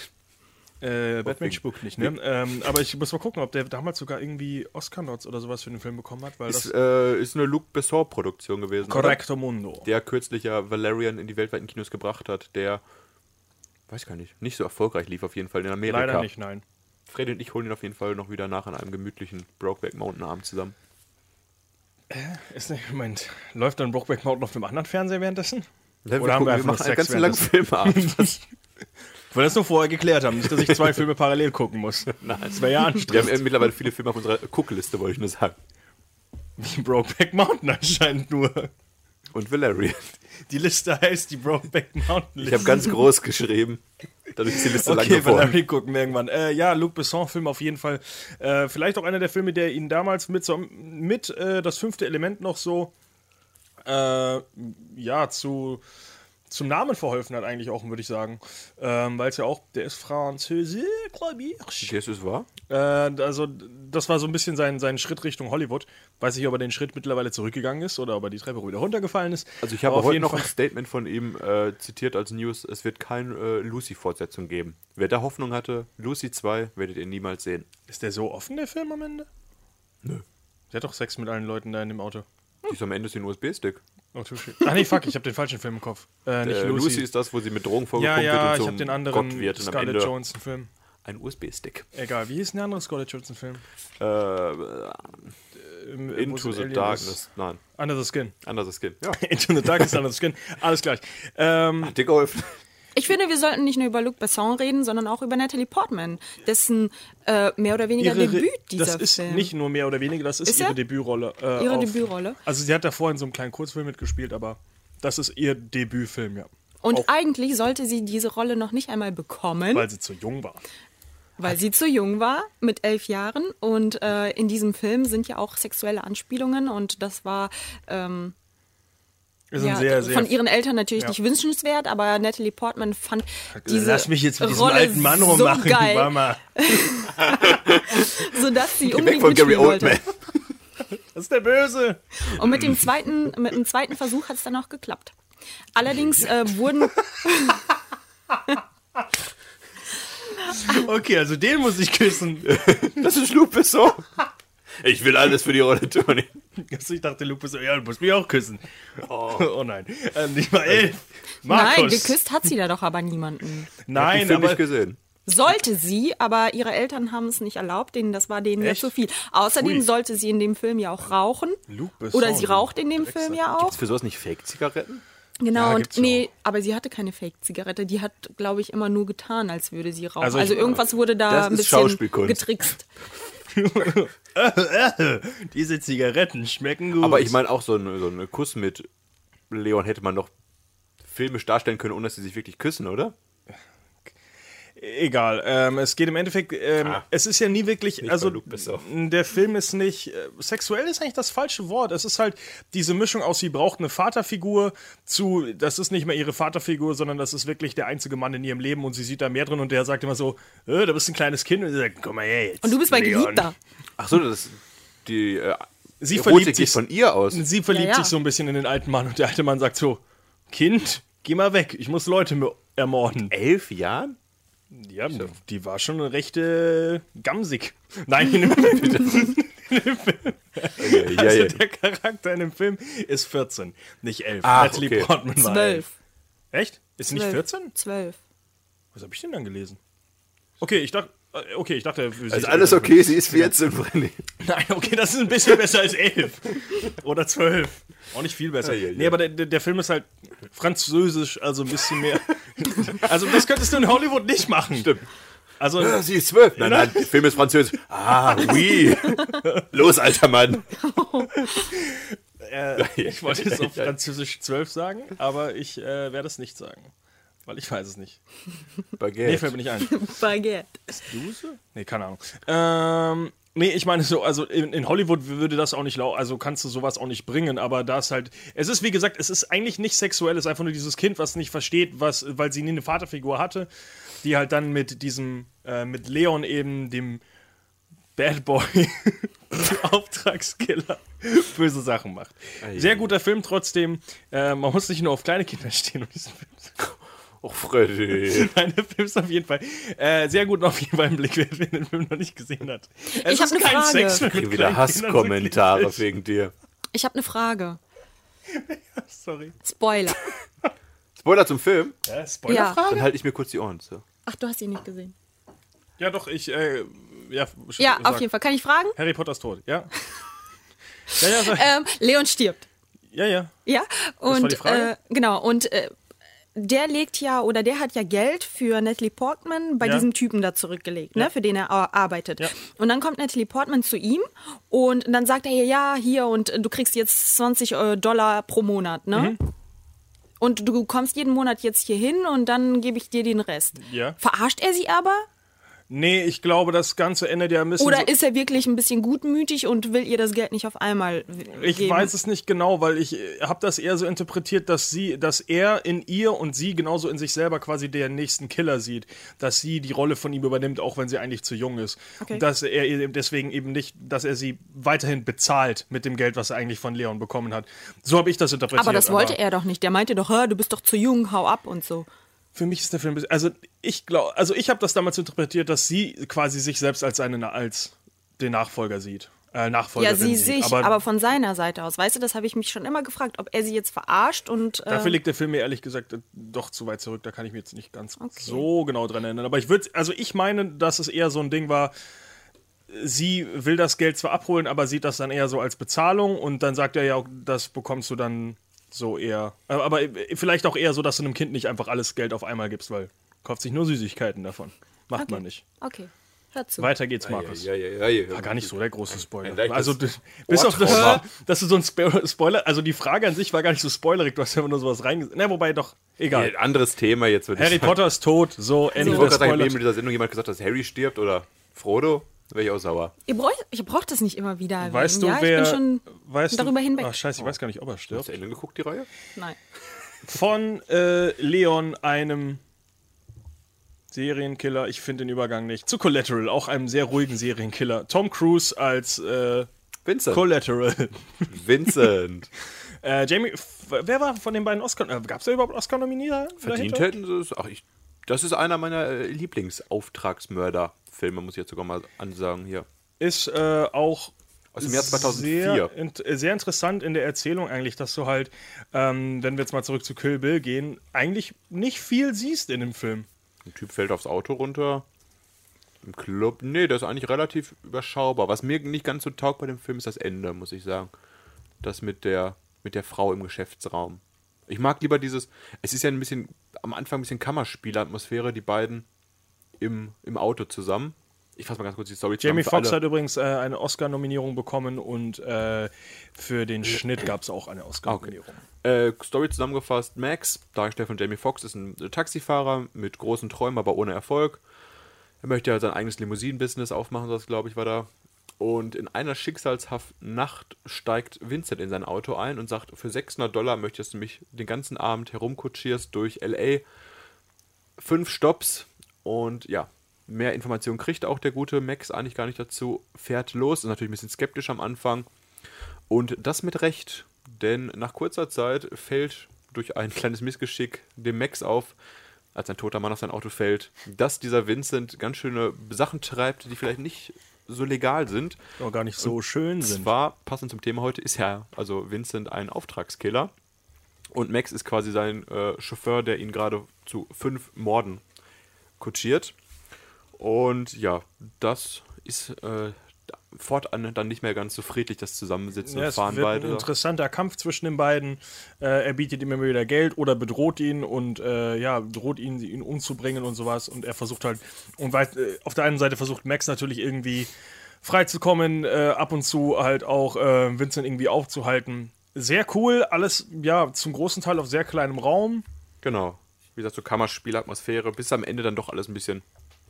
Äh, Batman spuckt nicht, ne? Ähm, aber ich muss mal gucken, ob der damals sogar irgendwie Oscar-Nots oder sowas für den Film bekommen hat, weil
Ist,
das.
äh, ist eine Luc Besson-Produktion gewesen. oder?
Correcto Mundo.
Der kürzlich ja Valerian in die weltweiten Kinos gebracht hat, der, weiß gar nicht, nicht so erfolgreich lief auf jeden Fall in Amerika.
Leider nicht, nein.
Fred und ich holen ihn auf jeden Fall noch wieder nach an einem gemütlichen Brokeback Mountain Abend zusammen.
Ist nicht, Moment, läuft dann Brokeback Mountain auf dem anderen Fernseher währenddessen?
Ja,
Oder haben wir einfach nur
machen
Sex
einen ganzen langen
währenddessen?
Film ab.
Weil wir das nur vorher geklärt haben, nicht, dass ich zwei Filme parallel gucken muss. Nein. Das wäre ja
Wir haben
anstrengend.
äh, mittlerweile viele Filme auf unserer Guckliste, wollte ich nur sagen.
Wie Brokeback Mountain anscheinend nur.
Und Valerian.
Die Liste heißt die Brokeback Mountain
Ich
Liste.
habe ganz groß geschrieben. Dadurch ist die Liste lang
Okay,
geworden.
Valerie gucken wir irgendwann. Äh, ja, Luc Besson-Film auf jeden Fall. Äh, vielleicht auch einer der Filme, der ihn damals mit, so, mit äh, das fünfte Element noch so äh, ja, zu, zum Namen verholfen hat, eigentlich auch, würde ich sagen. Ähm, Weil es ja auch, der ist Französisch, glaube ich.
Okay, es ist wahr.
Äh, also, das war so ein bisschen sein, sein Schritt Richtung Hollywood. Weiß nicht, ob er den Schritt mittlerweile zurückgegangen ist oder ob er die Treppe wieder runtergefallen ist.
Also ich habe
Aber auf
heute
jeden
noch
Fall-
ein Statement von ihm äh, zitiert als News. Es wird keine äh, Lucy-Fortsetzung geben. Wer da Hoffnung hatte, Lucy 2 werdet ihr niemals sehen.
Ist der so offen, der Film am Ende? Nö. Der hat doch Sex mit allen Leuten da in dem Auto.
Die ist am Ende ist ein USB-Stick.
Oh, too shit. Ach nee, fuck, ich habe den falschen Film im Kopf. Äh, nicht
Äh,
Lucy.
Lucy. ist das, wo sie mit Drogen
ja,
vorgepumpt
ja,
wird
ich
und
habe
zum
den anderen
Gott wird und am
Scarlett
Ende
Johnson Film.
ein USB-Stick.
Egal, wie hieß denn der andere Scarlett Johnson Film?
Äh,
Ähm, wo
Into
es ein
the
Alien ist.
Darkness. Nein,
Under the Skin.
anders das Kind. Ja,
Into the Darkness, Under the Skin. Alles gleich. Ähm,
hat dir geholfen.
Ich finde, wir sollten nicht nur über Luc Besson reden, sondern auch über Natalie Portman, dessen äh, mehr oder weniger
ihre-
Debüt dieser
das ist
Film.
nicht nur mehr oder weniger, das ist,
Ist
ihre
er?
Debütrolle. äh,
Ihre
auf-
Debütrolle?
Also sie hat da vorhin so einen kleinen Kurzfilm mitgespielt, aber das ist ihr Debütfilm,
Hm?
ja.
Und
auch-
eigentlich sollte sie diese Rolle noch nicht einmal bekommen, weil,
Weil sie zu jung war.
sie zu jung war mit elf Jahren. Und äh, in diesem Film sind ja auch sexuelle Anspielungen und das war ähm,
Ist
ja,
ein sehr, sehr
von ihren Eltern natürlich
Ja.
nicht wünschenswert, aber Natalie Portman fand diese
Lass mich jetzt mit diesem
Rolle
alten Mann rummachen,
so geil,
war mal.
sodass sie
Weg
unbedingt
von Gary
mitspielen wollte.
Oldman.
Das ist der Böse.
Und mit dem zweiten, mit dem zweiten Versuch hat es dann auch geklappt. Allerdings äh, wurden
Okay, also den muss ich küssen.
Das ist Luke Besson. Ich will alles für die Rolle tun.
Also ich dachte, Lupus, ja, du musst mich auch küssen. Oh, nein. Ähm, ich war elf. Markus.
Nein, geküsst hat sie da doch aber niemanden.
Nein,
Film
aber
nicht gesehen.
Sollte sie, aber ihre Eltern haben es nicht erlaubt, denen das war denen ja
Echt?
zu viel. Außerdem
Pfui.
sollte sie in dem Film ja auch rauchen.
Luke Besson,
Oder sie
du
raucht in dem Film ja auch.
Ist für sowas nicht Fake-Zigaretten?
Genau,
Ja, gibt's
und nee, aber sie hatte keine Fake-Zigarette. Die hat, glaube ich, immer nur getan, als würde sie rauchen.
Also
Also,
ich-
irgendwas wurde da
Das
ein
ist
bisschen
Schauspielkunst.
getrickst.
diese Zigaretten schmecken gut.
Aber ich meine auch so einen so einen Kuss mit Leon hätte man noch filmisch darstellen können, ohne dass sie sich wirklich küssen, oder?
Egal, ähm, es geht im Endeffekt, ähm,
Ah.
es ist ja nie wirklich,
Nicht
also
bei Luke Besson.
n- der Film ist nicht, äh, sexuell ist eigentlich das falsche Wort, es ist halt diese Mischung aus, sie braucht eine Vaterfigur zu, das ist nicht mehr ihre Vaterfigur, sondern das ist wirklich der einzige Mann in ihrem Leben und sie sieht da mehr drin und der sagt immer so, äh, du bist ein kleines Kind und sie sagt, komm mal her jetzt.
Und du bist mein
Leon."
Geliebter.
Ach so, das die äh,
Sie
Erotik
verliebt
geht
sich-
von ihr aus.
Sie verliebt
Ja, ja.
sich so ein bisschen in den alten Mann und der alte Mann sagt so, Kind, geh mal weg, ich muss Leute mir- ermorden.
Elf Jahren?
Ja, die war schon eine rechte Gamsig. Nein, in dem Film. In dem Film.
ja,
also
ja.
der Charakter in dem Film ist 14, nicht 11.
Ach,
Natalie
okay.
Portman war
Zwölf.
11. Echt? Ist sie nicht
Zwölf.
14?
Zwölf.
Was habe ich denn dann gelesen? Okay, ich dachte, äh, okay, ich dachte, sie ist
Ist Also alles
älter.
okay, sie ist 14, Brenny.
Nein, okay, das ist ein bisschen besser als elf. Oder zwölf. Auch nicht viel besser.
Ja, ja, ja.
Nee, aber der, der der Film ist halt französisch, also ein bisschen mehr. Also das könntest du in Hollywood nicht machen.
Stimmt.
Also
Ah, Sie ist 12. Nein, nein, der Film ist französisch. Ah, oui. Los, alter Mann.
ich wollte es auf Französisch zwölf sagen, aber ich äh, werde es nicht sagen. Weil ich weiß es nicht.
Baguette.
Nee, fällt mir nicht ein.
Baguette.
Duse? Nee, keine Ahnung. Ähm, nee, ich meine so, also in, in Hollywood würde das auch nicht lau, also kannst du sowas auch nicht bringen, aber da ist halt, es ist wie gesagt, es ist eigentlich nicht sexuell, es ist einfach nur dieses Kind, was nicht versteht, was, weil sie nie eine Vaterfigur hatte, die halt dann mit diesem, äh, mit Leon eben, dem Bad Boy, Auftragskiller, böse Sachen macht. Sehr guter Film trotzdem, äh, man muss nicht nur auf kleine Kinder stehen, um diesen Film zu
Och, Freddy.
Nein, der Film ist auf jeden Fall äh, sehr gut und auf jeden Fall im Blick, wer den Film noch nicht gesehen hat. Es
Ich hab
ist
eine
kein
Frage.
Sexfilm mit
Kriegen wieder
kleinen Kindern, so
Hasskommentare
glücklich.
wegen dir.
Ich habe eine Frage.
Sorry.
Spoiler.
Spoiler zum Film.
Ja,
Ja.
Spoiler?
Dann halte ich mir kurz die Ohren zu.
Ach, du hast ihn nicht gesehen.
Ja, doch, ich. Äh, ja,
Ja, auf jeden Fall. Kann ich fragen?
Harry Potters Tod, ja? Ja, ja, so-
Ähm, Leon stirbt.
ja, ja.
Ja,
war
und
die Frage?
Äh, genau, und äh, der legt ja oder der hat ja Geld für Natalie Portman bei
Ja.
diesem Typen da zurückgelegt, ne, für den er ar- arbeitet. Und dann kommt Natalie Portman zu ihm und dann sagt er ihr, ja, hier und äh, du kriegst jetzt 20 äh, Dollar pro Monat,
Mhm.
ne? Und du kommst jeden Monat jetzt hier hin und dann gebe ich dir den Rest.
Ja.
Verarscht er sie aber?
Nee, ich glaube, das Ganze endet ja ein bisschen. so,
Oder ist er wirklich ein bisschen gutmütig und will ihr das Geld nicht auf einmal w-
ich
geben?
weiß es nicht genau, weil ich habe das eher so interpretiert, dass sie, dass er in ihr und sie genauso in sich selber quasi den nächsten Killer sieht, dass sie die Rolle von ihm übernimmt, auch wenn sie eigentlich zu jung ist.
Okay.
Und dass er ihr deswegen eben nicht, dass er sie weiterhin bezahlt mit dem Geld, was er eigentlich von Leon bekommen hat. So habe ich das interpretiert.
Aber das wollte er doch nicht. Der meinte doch, "Hä, du bist doch zu jung, hau ab und so.
Für mich ist der Film, also ich glaube, also ich habe das damals interpretiert, dass sie quasi sich selbst als seine als den Nachfolger sieht. Äh,
Ja,
Nachfolgerin
sie
sieht.
sich, aber, von seiner Seite aus. Weißt du, das habe ich mich schon immer gefragt, ob er sie jetzt verarscht und. Äh,
Dafür liegt der Film mir ehrlich gesagt äh, doch zu weit zurück. Da kann ich mir jetzt nicht ganz so genau dran erinnern. Aber ich würde, also ich meine, dass es eher so ein Ding war. äh, Sie will das Geld zwar abholen, aber sieht das dann eher so als Bezahlung und dann sagt er ja, auch, das bekommst du dann so eher. Aber aber, äh, vielleicht auch eher so, dass du einem Kind nicht einfach alles Geld auf einmal gibst, weil kauft sich nur Süßigkeiten davon. Macht man nicht.
okay, hör zu.
Weiter geht's, Markus.
Ja, ja, ja, ja,
War gar nicht so der große Spoiler.
Ein leichtes
also, d- bis auf das,
Ohrtrauma.
dass du so ein Spo- Spoiler, also die Frage an sich war gar nicht so spoilerig, du hast ja immer nur sowas reingesagt. Na, wobei doch, egal.
Ein anderes Thema jetzt. Würde
Harry
ich sagen.
Potter ist tot, so,
Also, Ich
Ende
wollte
des
gerade sagen, wenn in
Spoilers.
dieser Sendung jemand gesagt hat, dass Harry stirbt oder Frodo, wäre ich auch sauer.
Ihr braucht, ihr braucht das nicht immer wieder. erwähnen.
Weißt du,
ja,
wer.
Ich bin schon
weißt
darüber
du,
hinweg.
Ach, scheiße, ich weiß gar nicht, ob er
Hast
stirbt.
du Ende geguckt, die Reihe?
Nein.
Von äh, Leon, einem Serienkiller, ich finde den Übergang nicht, zu Collateral, auch einem sehr ruhigen Serienkiller. Tom Cruise als äh,
Vincent.
Collateral.
Vincent.
Äh, Jamie, f- wer war von den beiden Oscar? Äh, Gab es da überhaupt Oscar-Nominierer?
Verdient
dahinter?
hätten sie es. Ach, ich, das ist einer meiner äh, Lieblingsauftragsmörder-Filme, muss ich jetzt sogar mal ansagen hier.
Ist äh, auch
Aus dem Jahr 2004.
Sehr, int- äh, sehr interessant in der Erzählung eigentlich, dass du halt, ähm, wenn wir jetzt mal zurück zu Kill Bill gehen, eigentlich nicht viel siehst in dem Film.
Ein Typ fällt aufs Auto runter. Im Club. Nee, das ist eigentlich relativ überschaubar. Was mir nicht ganz so taugt bei dem Film ist das Ende, muss ich sagen. Das mit der, mit der Frau im Geschäftsraum. Ich mag lieber dieses. Es ist ja ein bisschen. Am Anfang ein bisschen Kammerspielatmosphäre, die beiden im, im Auto zusammen. Ich fasse mal ganz kurz die Story zusammen
Jamie
für
Foxx
alle.
hat übrigens äh, eine Oscar-Nominierung bekommen und äh, für den Schnitt gab es auch eine Oscar-Nominierung.
Äh, Story zusammengefasst: Max, dargestellt von Jamie Foxx, ist ein Taxifahrer mit großen Träumen, aber ohne Erfolg. Er möchte ja sein eigenes Limousinen-Business aufmachen, das glaube ich war da. Und in einer schicksalshaften Nacht steigt Vincent in sein Auto ein und sagt: Für 600 Dollar möchtest du mich den ganzen Abend herumkutschierst durch LA. Fünf Stops und ja, mehr Informationen kriegt auch der gute Max eigentlich gar nicht dazu. Fährt los, ist natürlich ein bisschen skeptisch am Anfang. Und das mit Recht, denn nach kurzer Zeit fällt durch ein kleines Missgeschick dem Max auf, als ein toter Mann auf sein Auto fällt, dass dieser Vincent ganz schöne Sachen treibt, die vielleicht nicht so legal sind.
Die Auch gar nicht so schön
Und
sind.
zwar, passend zum Thema heute, ist ja also Vincent ein Auftragskiller. Und Max ist quasi sein äh, Chauffeur, der ihn gerade zu fünf Morden kutschiert. Und ja, das ist äh, fortan dann nicht mehr ganz so friedlich, das Zusammensitzen
Ja,
und
es wird
Fahren
ein
beide.
interessanter Kampf zwischen den beiden. Äh, er bietet ihm immer wieder Geld oder bedroht ihn und äh, ja, droht ihn, ihn umzubringen und sowas. Und er versucht halt, und weit, äh, auf der einen Seite versucht Max natürlich irgendwie freizukommen, äh, ab und zu halt auch äh, Vincent irgendwie aufzuhalten. Sehr cool, alles ja zum großen Teil auf sehr kleinem Raum.
Genau. Wie gesagt, so Kammerspielatmosphäre, bis am Ende dann doch alles ein bisschen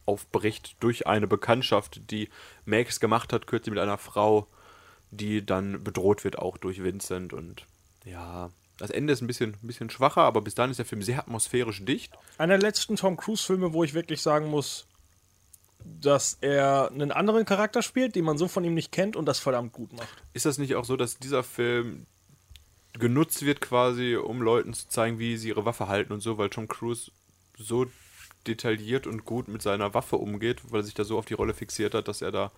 aufbricht durch eine Bekanntschaft, die Max gemacht hat, kürzlich mit einer Frau, die dann bedroht wird, auch durch Vincent. Und ja, das Ende ist ein bisschen, ein bisschen schwacher, aber bis dahin ist der Film sehr atmosphärisch dicht.
Einer der letzten Tom Cruise-Filme, wo ich wirklich sagen muss, dass er einen anderen Charakter spielt, den man so von ihm nicht kennt und das verdammt gut macht.
Ist das nicht auch so, dass dieser Film genutzt wird quasi, um Leuten zu zeigen, wie sie ihre Waffe halten und so, weil Tom Cruise so detailliert und gut mit seiner Waffe umgeht, weil er sich da so auf die Rolle fixiert hat, dass er da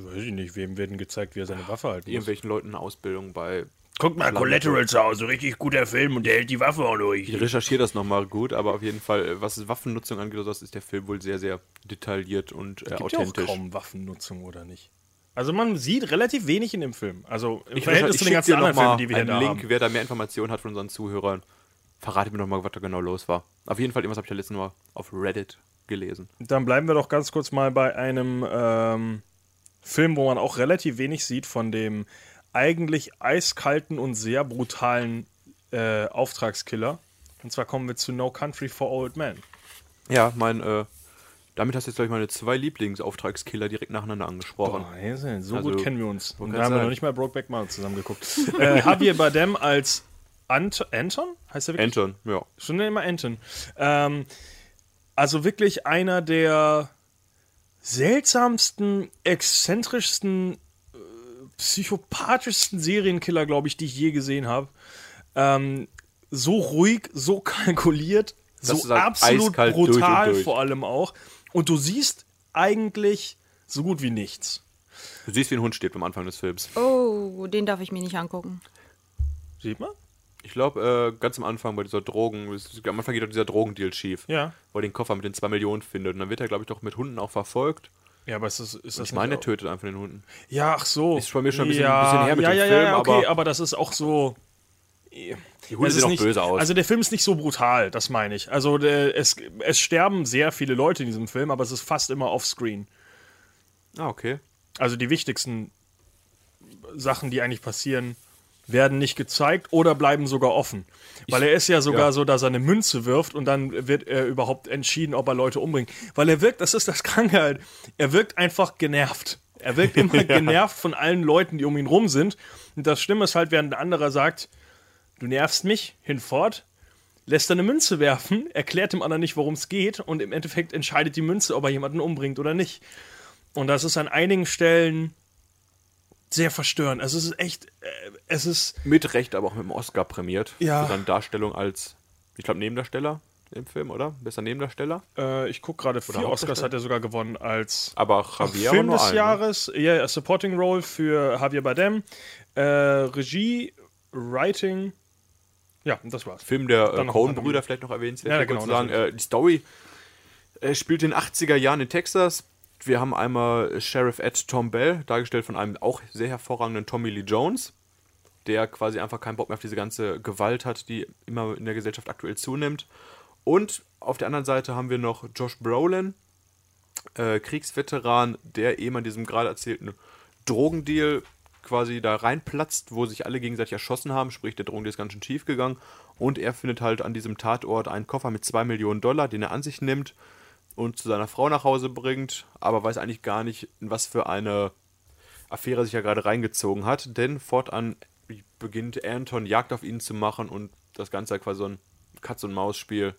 Weiß ich nicht, wem werden gezeigt, wie er seine Waffe halten
irgendwelchen Leuten eine Ausbildung bei.
Guck mal, Collateral zu Hause, richtig guter Film und der hält die Waffe auch durch.
Ich recherchiere das nochmal gut, aber auf jeden Fall, was Waffennutzung angeht, das ist der Film wohl sehr, sehr detailliert und äh,
Gibt ja auch
authentisch.
kaum Waffennutzung, oder nicht? Also man sieht relativ wenig in dem Film. Also im
Ich,
Verhältnis
ich
zu den
schicke
ganzen
dir
anderen
nochmal
Filmen,
einen
die wir hier da
Link,
haben.
wer da mehr Informationen hat von unseren Zuhörern. Verrate mir nochmal, was da genau los war. Auf jeden Fall, irgendwas habe ich ja letztens mal auf Reddit gelesen.
Dann bleiben wir doch ganz kurz mal bei einem ähm, Film, wo man auch relativ wenig sieht von dem eigentlich eiskalten und sehr brutalen äh, Auftragskiller. Und zwar kommen wir zu No Country for Old Men.
Ja, mein, äh, damit hast du jetzt, glaube ich, meine zwei Lieblingsauftragskiller direkt nacheinander angesprochen.
so
Also,
gut kennen wir uns.
wollte
Und
grad
da haben wir
sagen.
noch nicht mal Brokeback Mountain zusammengeguckt. äh, Javier Bardem als Ant Anton? Heißt er wirklich?
Anton, ja.
Schon immer Enten. Ähm, also wirklich einer der seltsamsten, exzentrischsten, äh, psychopathischsten Serienkiller, glaube ich, die ich je gesehen habe. Ähm, so ruhig, so kalkuliert,
Das ist
so
halt
absolut
eiskalt durch und
brutal
durch.
vor allem auch. Und du siehst eigentlich so gut wie nichts.
Du siehst, wie ein Hund stirbt am Anfang des Films.
Oh, den darf ich mir nicht angucken.
Sieht man?
Ich glaube, äh, ganz am Anfang bei dieser Drogen, am Anfang geht doch dieser Drogendeal schief.
Ja.
Wo er den Koffer mit den 2 Millionen findet. Und dann wird er, glaube ich, doch mit Hunden auch verfolgt.
Ja, aber ist das, ist das
Ich meine,
nicht
der tötet einfach den Hunden.
Ja, ach so.
Ist bei mir schon ein bisschen-
ja,
ein bisschen her mit
ja,
dem
ja,
Film,
ja, okay,
aber-
aber, das ist auch so.
Die Hunde
es
sehen
ist
auch
nicht,
böse aus.
Also der Film ist nicht so brutal, das meine ich. Also der, es, es sterben sehr viele Leute in diesem Film, aber es ist fast immer offscreen.
ah, okay.
Also die wichtigsten Sachen, die eigentlich passieren, werden nicht gezeigt oder bleiben sogar offen. Weil er ist ja sogar
ja.
so, dass er eine Münze wirft und dann wird er überhaupt entschieden, ob er Leute umbringt. Weil er wirkt, das ist das Kranke halt, er wirkt einfach genervt. Er wirkt immer genervt von allen Leuten, die um ihn rum sind. Und das Schlimme ist halt, während ein anderer sagt, du nervst mich, hinfort, lässt er eine Münze werfen, erklärt dem anderen nicht, worum es geht und im Endeffekt entscheidet die Münze, ob er jemanden umbringt oder nicht. Und das ist an einigen Stellen sehr verstörend. Also es ist echt, äh, es ist,
Mit Recht, aber auch mit dem Oscar prämiert.
Ja.
Für seine Darstellung als, ich glaube, Nebendarsteller im Film, oder? Besser Nebendarsteller.
äh, ich gucke gerade, vier Oscars hat er sogar gewonnen als
Aber Javier
Film
nur
des
einen, ne?
Jahres, ja, ja, Supporting Role für Javier Bardem, äh, Regie, Writing, ja, und das war's.
Film der äh,
Dann noch
Coen-Brüder vielleicht noch erwähnenswert.
Ja,
Ja,
genau,
kurz sagen, äh, die Story äh, spielt in den 80er Jahren in Texas. Wir haben einmal Sheriff Ed Tom Bell, dargestellt von einem auch sehr hervorragenden Tommy Lee Jones, der quasi einfach keinen Bock mehr auf diese ganze Gewalt hat, die immer in der Gesellschaft aktuell zunimmt. Und auf der anderen Seite haben wir noch Josh Brolin, äh, Kriegsveteran, der eben an diesem gerade erzählten Drogendeal quasi da reinplatzt, wo sich alle gegenseitig erschossen haben, sprich der Drogendeal ist ganz schön schief gegangen und er findet halt an diesem Tatort einen Koffer mit 2 Millionen Dollar, den er an sich nimmt und zu seiner Frau nach Hause bringt, aber weiß eigentlich gar nicht, in was für eine Affäre sich ja gerade reingezogen hat, denn fortan beginnt Anton Jagd auf ihn zu machen und das Ganze halt quasi so ein Katz-und-Maus-Spiel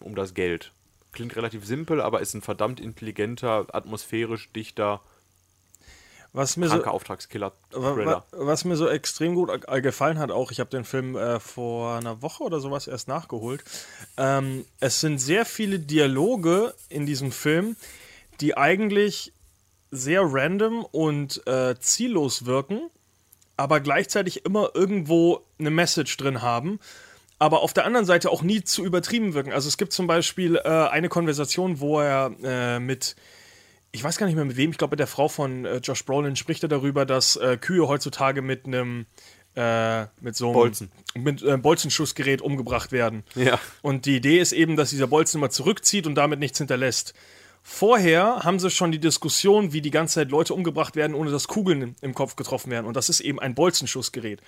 um das Geld. Klingt relativ simpel, aber ist ein verdammt intelligenter, atmosphärisch dichter,
Was mir
kranker
so,
Auftragskiller-Thriller.
Was mir so extrem gut äh, gefallen hat, auch ich habe den Film äh, vor einer Woche oder sowas erst nachgeholt. Ähm, es sind sehr viele Dialoge in diesem Film, die eigentlich sehr random und äh, ziellos wirken, aber gleichzeitig immer irgendwo eine Message drin haben, aber auf der anderen Seite auch nie zu übertrieben wirken. Also es gibt zum Beispiel äh, eine Konversation, wo er äh, mit ich weiß gar nicht mehr mit wem, ich glaube mit der Frau von äh, Josh Brolin spricht er darüber, dass äh, Kühe heutzutage mit einem äh, mit so einem
Bolzen.
mit äh, Bolzenschussgerät umgebracht werden.
Ja.
Und die Idee ist eben, dass dieser Bolzen immer zurückzieht und damit nichts hinterlässt. Vorher haben sie schon die Diskussion, wie die ganze Zeit Leute umgebracht werden, ohne dass Kugeln im- im Kopf getroffen werden. Und das ist eben ein Bolzenschussgerät.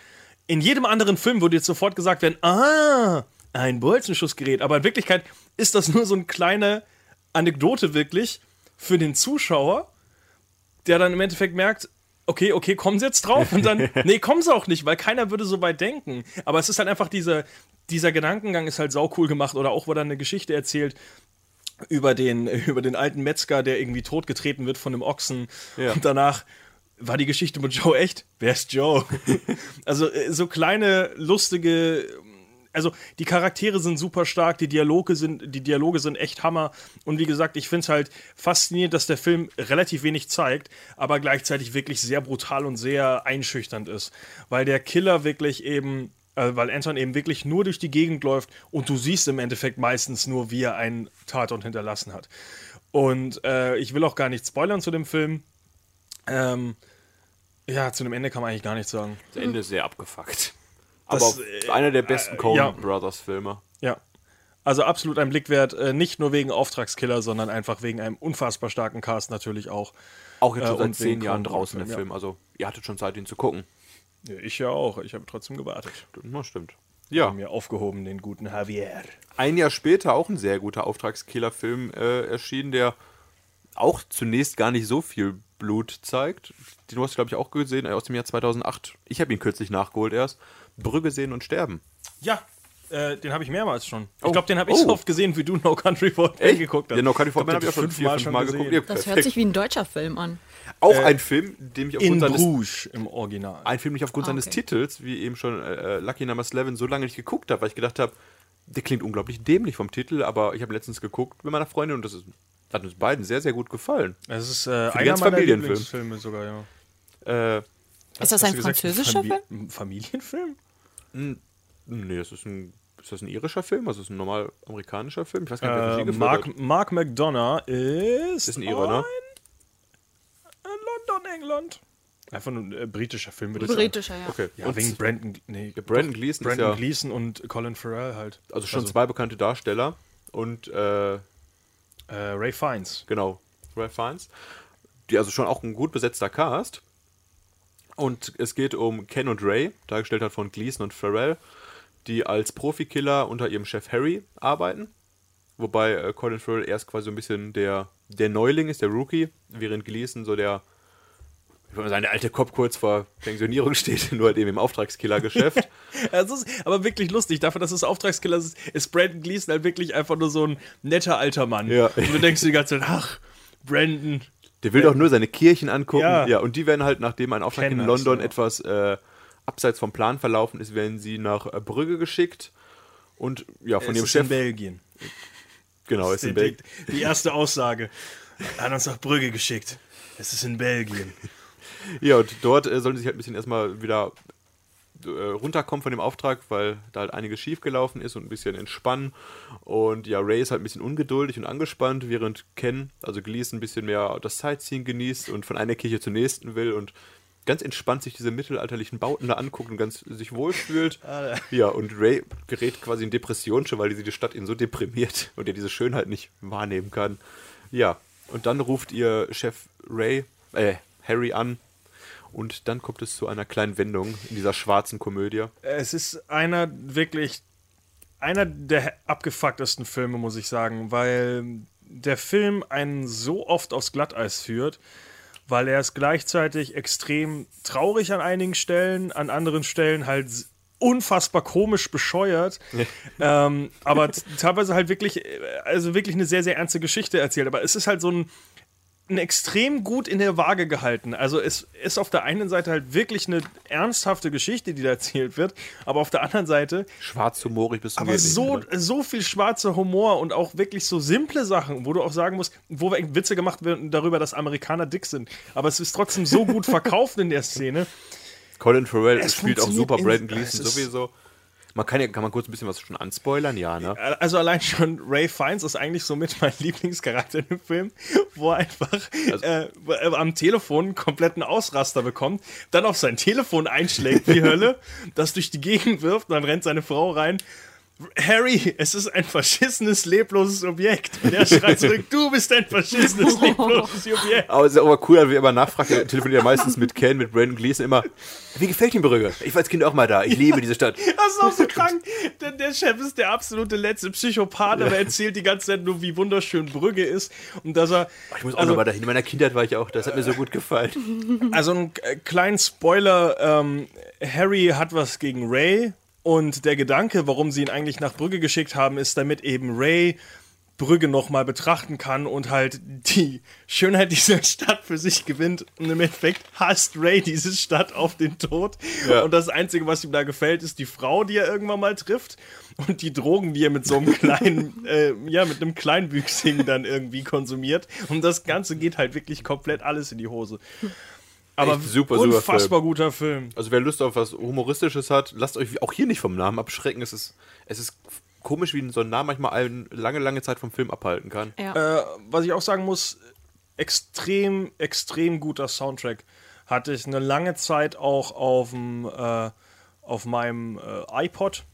In jedem anderen Film würde jetzt sofort gesagt werden, ah, ein Bolzenschussgerät. Aber in Wirklichkeit ist das nur so eine kleine Anekdote wirklich für den Zuschauer, der dann im Endeffekt merkt, okay, okay, kommen sie jetzt drauf und dann, nee, kommen sie auch nicht, weil keiner würde so weit denken. Aber es ist halt einfach diese, dieser Gedankengang ist halt saucool gemacht oder auch, wo dann eine Geschichte erzählt über den, über den alten Metzger, der irgendwie totgetreten wird von einem Ochsen
Ja.
und danach war die Geschichte mit Joe echt? Wer ist Joe? also äh, so kleine, lustige also die Charaktere sind super stark, die Dialoge sind, die Dialoge sind echt Hammer. Und wie gesagt, ich finde es halt faszinierend, dass der Film relativ wenig zeigt, aber gleichzeitig wirklich sehr brutal und sehr einschüchternd ist. Weil der Killer wirklich eben, äh, weil Anton eben wirklich nur durch die Gegend läuft und du siehst im Endeffekt meistens nur, wie er einen Tatort hinterlassen hat. Und äh, ich will auch gar nicht spoilern zu dem Film. Ähm, ja, zu dem Ende kann man eigentlich gar nichts sagen.
Das Ende ist sehr abgefuckt. Aber
hm. Das,
auch
äh,
einer der besten Coen
ja.
Brothers Filme.
Ja. Also absolut ein Blick wert, äh, nicht nur wegen Auftragskiller, sondern einfach wegen einem unfassbar starken Cast natürlich auch.
Auch jetzt schon
Äh,
seit
und
zehn
wegen
Jahren
Coen
draußen der
Film, ja.
Film. Also ihr hattet schon Zeit, ihn zu gucken.
Ja, ich ja auch, ich habe trotzdem gewartet.
Na, stimmt. Ja.
Mir aufgehoben, den guten Javier.
Ein Jahr später auch ein sehr guter Auftragskiller-Film äh, erschien, der auch zunächst gar nicht so viel Blut zeigt. Den hast du, glaube ich, auch gesehen, äh, aus dem Jahr 2008. Ich habe ihn kürzlich nachgeholt erst. Brügge sehen und sterben.
Ja, äh, den habe ich mehrmals schon.
Oh.
Ich glaube, den habe ich
Oh.
so oft gesehen, wie du No Country for Old Men geguckt hast.
Ja, No Country
Ich glaub,
for habe ich
den
ja schon vier,
fünfmal
fünf Mal
gesehen.
geguckt. Ja,
Das hört
perfekt.
sich wie ein deutscher Film an.
auch ein Film, dem ich aufgrund
Äh, In
seines
Bruges im Original.
ein Film, den ich aufgrund seines
okay.
Titels, wie eben schon äh, äh, Lucky Number 11, so lange nicht geguckt habe, weil ich gedacht habe, der klingt unglaublich dämlich vom Titel, aber ich habe letztens geguckt mit meiner Freundin und das ist, hat uns beiden sehr, sehr gut gefallen.
Es ist äh,
die
einer
ganze
meiner
Familienfilm.
Lieblingsfilme sogar, ja.
Äh,
Ist das
Hast
ein
du gesagt,
französischer
Fami-
Film?
ein Familienfilm?
nee, das ist ein, ist das ein irischer Film? Also ist ein normal amerikanischer Film? Ich weiß gar nicht, wer
Äh,
Regie geführt hat.
Mark, Mark McDonough ist.
Ist ein Ire, ne?
ein- in London, England. Einfach nur ein äh, britischer Film, würde ich sagen.
Britischer, ja.
Okay.
Ja,
und
wegen Brandon, nee,
Brandon
doch,
Gleeson ist
Brandon
ja-
Gleeson und Colin Farrell halt.
also schon zwei bekannte Darsteller und äh,
Äh, Ray Fiennes.
Genau, Ralph Fiennes. Die also schon auch ein gut besetzter Cast. Und es geht um Ken und Ray, dargestellt hat von Gleason und Farrell, die als Profikiller unter ihrem Chef Harry arbeiten. Wobei äh, Colin Farrell erst quasi so ein bisschen der, der Neuling ist, der Rookie, während Gleason so der, ich würde mal sagen, der alte Kopf kurz vor Pensionierung steht, nur halt eben im Auftragskillergeschäft.
Es ist aber wirklich lustig, dafür, dass es Auftragskiller ist, ist Brandon Gleeson halt wirklich einfach nur so ein netter alter Mann.
Ja.
Und du denkst dir die ganze Zeit, ach, Brandon.
Der will doch nur seine Kirchen angucken. Ja.
Ja.
und die werden halt, nachdem ein Auftrag in
Kenners,
London
ja.
etwas äh, abseits vom Plan verlaufen ist, werden sie nach äh, Brügge geschickt. Und ja, von
Es
ihrem
ist
Chef.
in Belgien.
genau, ist in Belgien.
Die, die erste Aussage. Er hat uns nach Brügge geschickt. Es ist in Belgien.
Ja, und dort äh, sollen sie sich halt ein bisschen erstmal wieder äh, runterkommen von dem Auftrag, weil da halt einiges schiefgelaufen ist und ein bisschen entspannen. Und ja, Ray ist halt ein bisschen ungeduldig und angespannt, während Ken, also Gleason, ein bisschen mehr das Sightseeing genießt und von einer Kirche zur nächsten will und ganz entspannt sich diese mittelalterlichen Bauten da anguckt und ganz sich wohlfühlt. Ja, und Ray gerät quasi in Depression schon, weil diese die Stadt ihn so deprimiert und er diese Schönheit nicht wahrnehmen kann. Ja, und dann ruft ihr Chef Ray, äh, Harry an und dann kommt es zu einer kleinen Wendung in dieser schwarzen Komödie.
Es ist einer wirklich einer der abgefucktesten Filme, muss ich sagen, weil der Film einen so oft aufs Glatteis führt, weil er ist gleichzeitig extrem traurig an einigen Stellen, an anderen Stellen halt s- unfassbar komisch bescheuert, ähm, aber t- teilweise halt wirklich, äh, also wirklich eine sehr, sehr ernste Geschichte erzählt. Aber es ist halt so ein, ein extrem gut in der Waage gehalten. Also es ist auf der einen Seite halt wirklich eine ernsthafte Geschichte, die da erzählt wird, aber auf der anderen Seite
Schwarzhumorig bis zum ne?
aber
Geht nicht
so,
mehr.
so viel schwarzer Humor und auch wirklich so simple Sachen, wo du auch sagen musst, wo Witze gemacht werden darüber, dass Amerikaner dick sind. Aber es ist trotzdem so gut verkauft in der Szene.
Colin Farrell
Es
spielt auch
funktioniert
super,
in-
Brandon
es
Gleason
ist-
sowieso. Man kann ja, kann man kurz ein bisschen was schon anspoilern, ja, ne?
Also allein schon Ray Fiennes ist eigentlich somit mein Lieblingscharakter im Film, wo er einfach
Also
äh, äh, am Telefon einen kompletten Ausraster bekommt, dann auf sein Telefon einschlägt wie Hölle, das durch die Gegend wirft, dann rennt seine Frau rein. Harry, es ist ein verschissenes, lebloses Objekt. Und er schreit zurück, du bist ein verschissenes, lebloses Objekt.
Aber es ist auch immer cool, wenn wir immer nachfragen, er telefoniert ja meistens mit Ken, mit Brandon Gleason immer, wie gefällt ihm Brügge? Ich war als Kind auch mal da, ich liebe diese Stadt.
Das ist auch so krank. Der, der Chef ist der absolute letzte Psychopath, aber er erzählt die ganze Zeit nur, wie wunderschön Brügge ist und dass er.
Ich muss auch noch mal dahin, in meiner Kindheit war ich auch da, das hat mir so gut gefallen.
Also einen äh, kleinen Spoiler, ähm, Harry hat was gegen Ray und der Gedanke, warum sie ihn eigentlich nach Brügge geschickt haben, ist, damit eben Ray Brügge nochmal betrachten kann und halt die Schönheit dieser Stadt für sich gewinnt. Und im Endeffekt hasst Ray diese Stadt auf den Tod.
Ja.
Und das Einzige, was ihm da gefällt, ist die Frau, die er irgendwann mal trifft und die Drogen, die er mit so einem kleinen, äh, ja, mit einem Kleinwüchsigen dann irgendwie konsumiert. Und das Ganze geht halt wirklich komplett alles in die Hose. Aber
Echt super, super
unfassbar guter Film.
Also wer Lust auf was Humoristisches hat, lasst euch auch hier nicht vom Namen abschrecken. Es ist, es ist komisch, wie so ein Name manchmal einen lange, lange Zeit vom Film abhalten kann.
Ja.
Äh, was ich auch sagen muss, extrem, extrem guter Soundtrack. Hatte ich eine lange Zeit auch auf, dem, äh, auf meinem äh, iPod.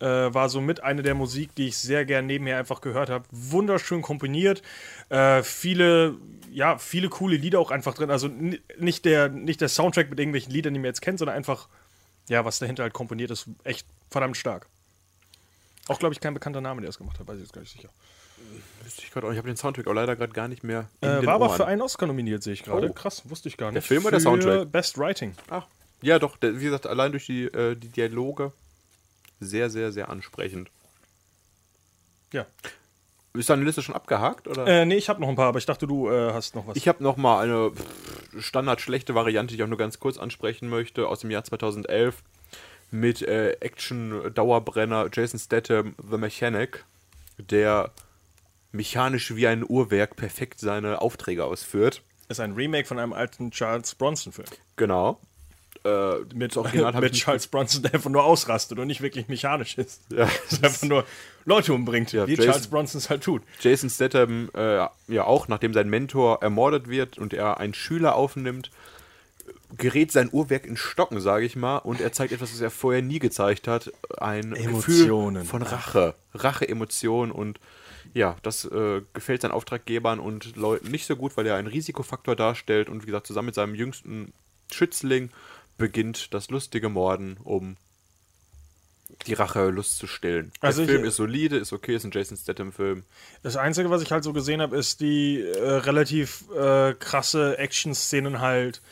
Äh, war somit eine der Musik, die ich sehr gern nebenher einfach gehört habe. Wunderschön komponiert. Äh, viele, ja, viele coole Lieder auch einfach drin. Also n- nicht der, nicht der Soundtrack mit irgendwelchen Liedern, die man jetzt kennt, sondern einfach, ja, was dahinter halt komponiert ist, echt verdammt stark. Auch, glaube ich, kein bekannter Name, der das gemacht hat, weiß ich jetzt gar nicht sicher.
Wüsste ich gerade auch. Ich habe den Soundtrack auch leider gerade gar nicht mehr. in
Äh,
den
war aber
Ohren.
für einen Oscar nominiert, sehe ich gerade.
Oh.
Krass, wusste ich gar nicht. Der
Film oder der
für
Soundtrack?
Best Writing.
Ach, ja, doch. Der, wie gesagt, allein durch die, äh, die Dialoge sehr, sehr, sehr ansprechend.
Ja.
Ist deine Liste schon abgehakt? Oder?
Äh, nee, ich habe noch ein paar, aber ich dachte, du äh, hast noch was.
Ich habe nochmal eine pff, standardschlechte Variante, die ich auch nur ganz kurz ansprechen möchte, aus dem Jahr 2011 mit äh, Action-Dauerbrenner Jason Statham, The Mechanic, der mechanisch wie ein Uhrwerk perfekt seine Aufträge ausführt.
ist ein Remake von einem alten Charles Bronson-Film.
Genau. Äh,
Mit,
Original hab
mit
ich nicht
Charles Bronson, der einfach nur ausrastet und nicht wirklich mechanisch ist.
Ja.
Der einfach nur Leute umbringt,
Ja,
wie
Jason-
Charles Bronson es halt tut.
Jason Statham äh, ja auch, nachdem sein Mentor ermordet wird und er einen Schüler aufnimmt, gerät sein Uhrwerk in Stocken, sage ich mal, und er zeigt etwas, was er vorher nie gezeigt hat, ein Gefühl
Emotionen.
von Rache, Rache-Emotionen und ja, das äh, gefällt seinen Auftraggebern und Leuten nicht so gut, weil er einen Risikofaktor darstellt und wie gesagt, zusammen mit seinem jüngsten Schützling beginnt das lustige Morden, um die Rache Lust zu stillen. Der
Also ich-
Film ist solide, ist okay, ist ein Jason Statham-Film.
Das Einzige, was ich halt so gesehen habe, ist die äh, relativ äh, krasse Action-Szenen halt,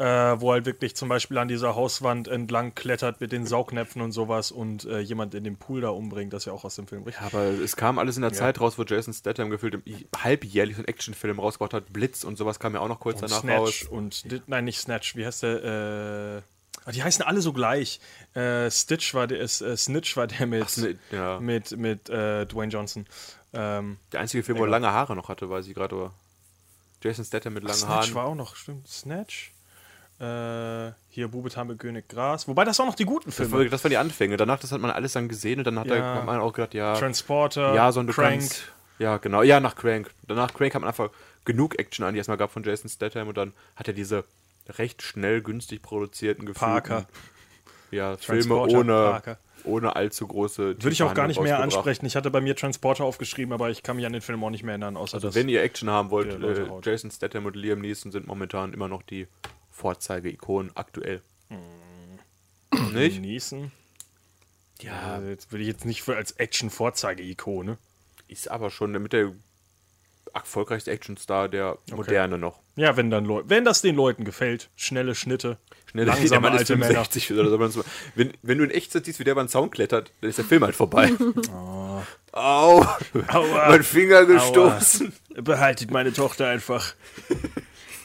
äh, wo halt wirklich zum Beispiel an dieser Hauswand entlang klettert mit den Saugnäpfen und sowas und äh, jemand in den Pool da umbringt, das ist ja auch aus dem Film.
Ja, aber es kam alles in der Zeit raus, wo Jason Statham gefühlt im- halbjährlich so einen Actionfilm rausgebracht hat. Blitz und sowas kam ja auch noch kurz
und
danach
Snatch
raus.
und di- nein, nicht Snatch, wie heißt der? Äh, ah, die heißen alle so gleich. Äh, Stitch war der, ist, äh, Snitch war der mit,
Snitch, ja.
mit, mit äh, Dwayne Johnson. Ähm,
Der einzige Film, wo er lange Haare noch hatte, weiß ich gerade. aber Jason Statham mit langen
Snatch war
Haaren.
auch noch, stimmt. Snatch. Äh, hier Bube Tame König Gras. Wobei das waren noch die guten
Das,
Filme.
war, das waren die Anfänge. Danach, das hat man alles dann gesehen und dann hat, er,
Ja.
hat man auch gedacht, ja.
Transporter,
ja, so ein
Crank.
Crank. Ja, genau. Ja, nach Crank. Danach Crank hat man einfach genug Action an, die erstmal gab von Jason Statham und dann hat er diese recht schnell günstig produzierten gefühlten,
Parker.
Ja, Filme
Transporter,
ohne,
Parker.
ohne allzu große
Würde ich auch gar nicht mehr
rausgebracht.
ansprechen. Ich hatte bei mir Transporter aufgeschrieben, aber ich kann mich an den Film auch nicht mehr erinnern, außer dass.
Also Wenn ihr Action haben wollt,
der Leute
äh,
haut.
Jason Statham und Liam Neeson sind momentan immer noch die Vorzeige-Ikonen aktuell.
Mhm.
Nicht?
Neeson.
Ja,
Also jetzt würde ich jetzt nicht für als Action-Vorzeige-Ikone.
ist aber schon mit der erfolgreichste Action-Star der Moderne noch.
Ja, wenn dann Leu wenn das den Leuten gefällt, schnelle Schnitte,
Schnell Ne, der
langsame
Mann
alte Männer.
65 oder so. aber sonst- Wenn, wenn du in Echtzeit siehst, wie der über einen Zaun klettert, dann ist der Film halt vorbei. Oh. Au!
Aua.
Mein Finger gestoßen.
Behaltet meine Tochter einfach.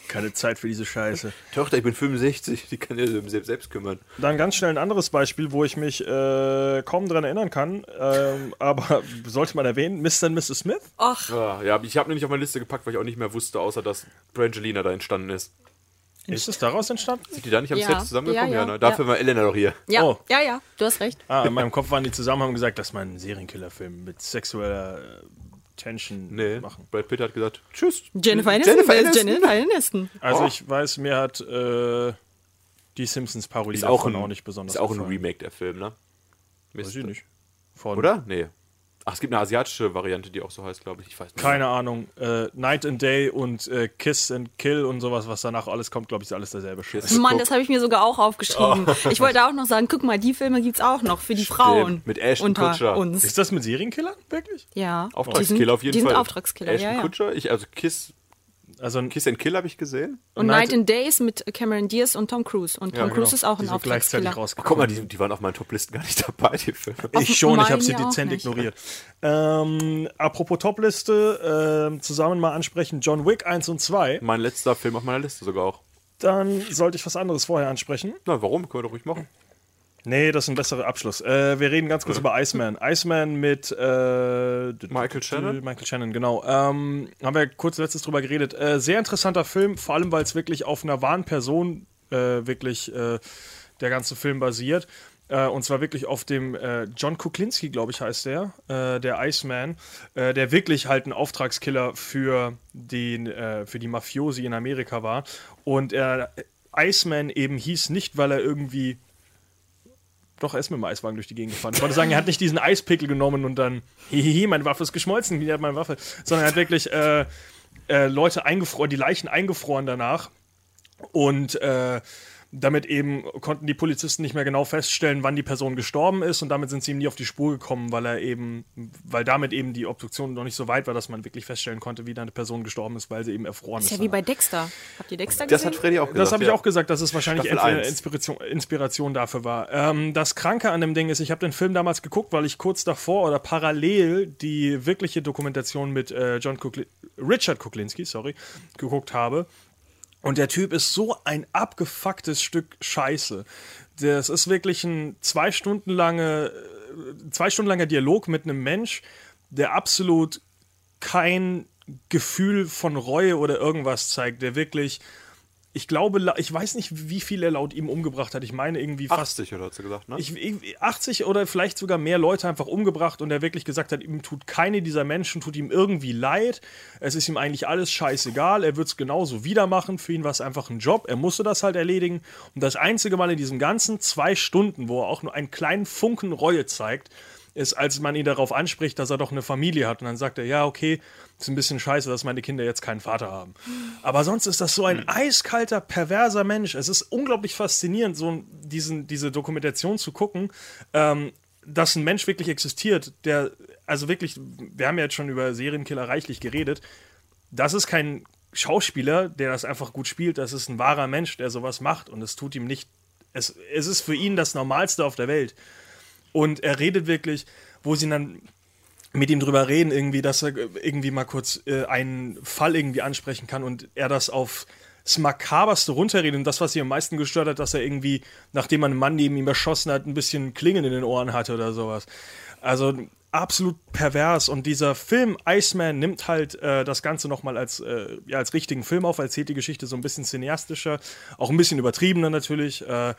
Keine Zeit für diese Scheiße.
Tochter, ich bin 65, die kann ja um sich selbst kümmern.
Dann ganz schnell ein anderes Beispiel, wo ich mich äh, kaum dran erinnern kann, ähm, aber sollte man erwähnen, Mr. und Mrs. Smith?
Och,
Ah, ja, aber ich habe nämlich auf meine Liste gepackt, weil ich auch nicht mehr wusste, außer dass Brangelina da entstanden ist.
Ist es daraus entstanden?
Sind die da nicht am
Ja.
Set zusammengekommen? Ja,
Ja, ja,
ne? Dafür war Elena doch hier.
ja,
Oh.
ja, ja, du hast recht.
Ah, in meinem Kopf waren die zusammen, haben gesagt, dass man einen Serienkillerfilm mit sexueller äh, Tension
Nee,
machen.
Brad Pitt hat gesagt, tschüss.
Jennifer Aniston.
Jennifer
wer ist
Aniston?
Jennifer Aniston.
Also
Oh.
ich weiß, mir hat äh, die Simpsons-Parodie
Ist auch,
davon
ein,
auch nicht besonders
ist auch ein
gefallen.
Remake, der Film, ne?
Weiß ich nicht. Von
Oder? Nee. Ach, es gibt eine asiatische Variante, die auch so heißt, glaube ich. Ich weiß nicht.
Keine Ahnung. Äh, Night and Day und äh, Kiss and Kill und sowas, was danach alles kommt, glaube ich, ist alles derselbe Scheiß.
Guck.
Mann, das habe ich mir sogar auch aufgeschrieben. Ich wollte auch noch sagen, guck mal, die Filme gibt's auch noch für die Frauen
Mit Ashton
unter
Kutcher.
uns.
Ist das mit Serienkillern? Wirklich?
Ja.
Auftragskiller
Die sind-
auf jeden
die
Fall.
sind Auftragskiller,
Ashton
ja, ja.
Kutcher, ich, also Kiss,
Also ein
Kiss and Kill habe ich gesehen.
Und Night,
Night-
and Days mit Cameron Diaz und Tom Cruise. Und Tom
Genau.
Cruise ist auch
Die
ein
sind gleichzeitig
Auftragskiller.
rausgekommen.
Guck mal, die, die waren auf meinen Toplisten gar nicht dabei, die Filme.
Ich schon, ich
meinen
habe sie
ja auch
dezent
nicht.
ignoriert. Ähm, apropos Topliste, ähm, zusammen mal ansprechen John Wick 1 und 2.
Mein letzter Film auf meiner Liste sogar auch.
Dann sollte ich was anderes vorher ansprechen.
Na, warum? Können wir doch ruhig machen.
Nee, das ist ein besserer Abschluss. Äh, wir reden ganz kurz über Iceman. Iceman mit äh, d- d-
Michael Shannon?
Michael Shannon, genau. Ähm, haben wir kurz letztes drüber geredet. Äh, sehr interessanter Film, vor allem weil es wirklich auf einer wahren Person äh, wirklich äh, der ganze Film basiert. Äh, und zwar wirklich auf dem äh, John Kuklinski, glaube ich, heißt der, äh, der Iceman, äh, der wirklich halt ein Auftragskiller für, den, äh, für die Mafiosi in Amerika war. Und er, Iceman eben hieß nicht, weil er irgendwie. Doch, er ist mit dem Eiswagen durch die Gegend gefahren. Ich wollte sagen, er hat nicht diesen Eispickel genommen und dann, hihihi, meine Waffe ist geschmolzen, hier hat meine Waffe. Sondern er hat wirklich äh, äh, Leute eingefroren, die Leichen eingefroren danach. Und äh, damit eben konnten die Polizisten nicht mehr genau feststellen, wann die Person gestorben ist und damit sind sie ihm nie auf die Spur gekommen, weil er eben, weil damit eben die Obduktion noch nicht so weit war, dass man wirklich feststellen konnte, wie da eine Person gestorben ist, weil sie eben erfroren
Das
ist.
ist ja wie bei Dexter. Habt ihr Dexter
Das
gesehen?
hat Freddy auch gesagt.
Das habe ich
ja.
auch gesagt, dass es wahrscheinlich
Staffel
entweder
eins.
Inspiration, Inspiration dafür war. Ähm, das Kranke an dem Ding ist, ich habe den Film damals geguckt, weil ich kurz davor oder parallel die wirkliche Dokumentation mit äh, John Kukli Richard Kuklinski, sorry, geguckt habe. Und der Typ ist so ein abgefucktes Stück Scheiße. Das ist wirklich ein zwei Stunden lange, äh, zwei Stunden langer Dialog mit einem Mensch, der absolut kein Gefühl von Reue oder irgendwas zeigt, der wirklich ich glaube, la- ich weiß nicht, wie viel er laut ihm umgebracht hat. Ich meine irgendwie fast
80 oder hat sie gesagt, ne?
ich, ich, 80 oder vielleicht sogar mehr Leute einfach umgebracht und er wirklich gesagt hat, ihm tut keine dieser Menschen, tut ihm irgendwie leid. Es ist ihm eigentlich alles scheißegal. Er wird es genauso wieder machen. Für ihn war es einfach ein Job. Er musste das halt erledigen. Und das einzige Mal in diesen ganzen zwei Stunden, wo er auch nur einen kleinen Funken Reue zeigt, ist, als man ihn darauf anspricht, dass er doch eine Familie hat. Und dann sagt er, ja, okay, ist ein bisschen scheiße, dass meine Kinder jetzt keinen Vater haben. Aber sonst ist das so ein eiskalter, perverser Mensch. Es ist unglaublich faszinierend, so ein- diesen, diese Dokumentation zu gucken, ähm, dass ein Mensch wirklich existiert, der, also wirklich, wir haben ja jetzt schon über Serienkiller reichlich geredet, das ist kein Schauspieler, der das einfach gut spielt, das ist ein wahrer Mensch, der sowas macht und es tut ihm nicht, es, es ist für ihn das Normalste auf der Welt. Und er redet wirklich, wo sie dann mit ihm drüber reden, irgendwie, dass er äh, irgendwie mal kurz äh, einen Fall irgendwie ansprechen kann und er das auf das Makaberste runterredet und das, was ihn am meisten gestört hat, dass er irgendwie, nachdem man einen Mann neben ihm erschossen hat, ein bisschen Klingen in den Ohren hatte oder sowas. Also absolut pervers und dieser Film Iceman nimmt halt äh, das Ganze nochmal als, äh, ja, als richtigen Film auf, erzählt die Geschichte so ein bisschen cineastischer, auch ein bisschen übertriebener natürlich. Äh,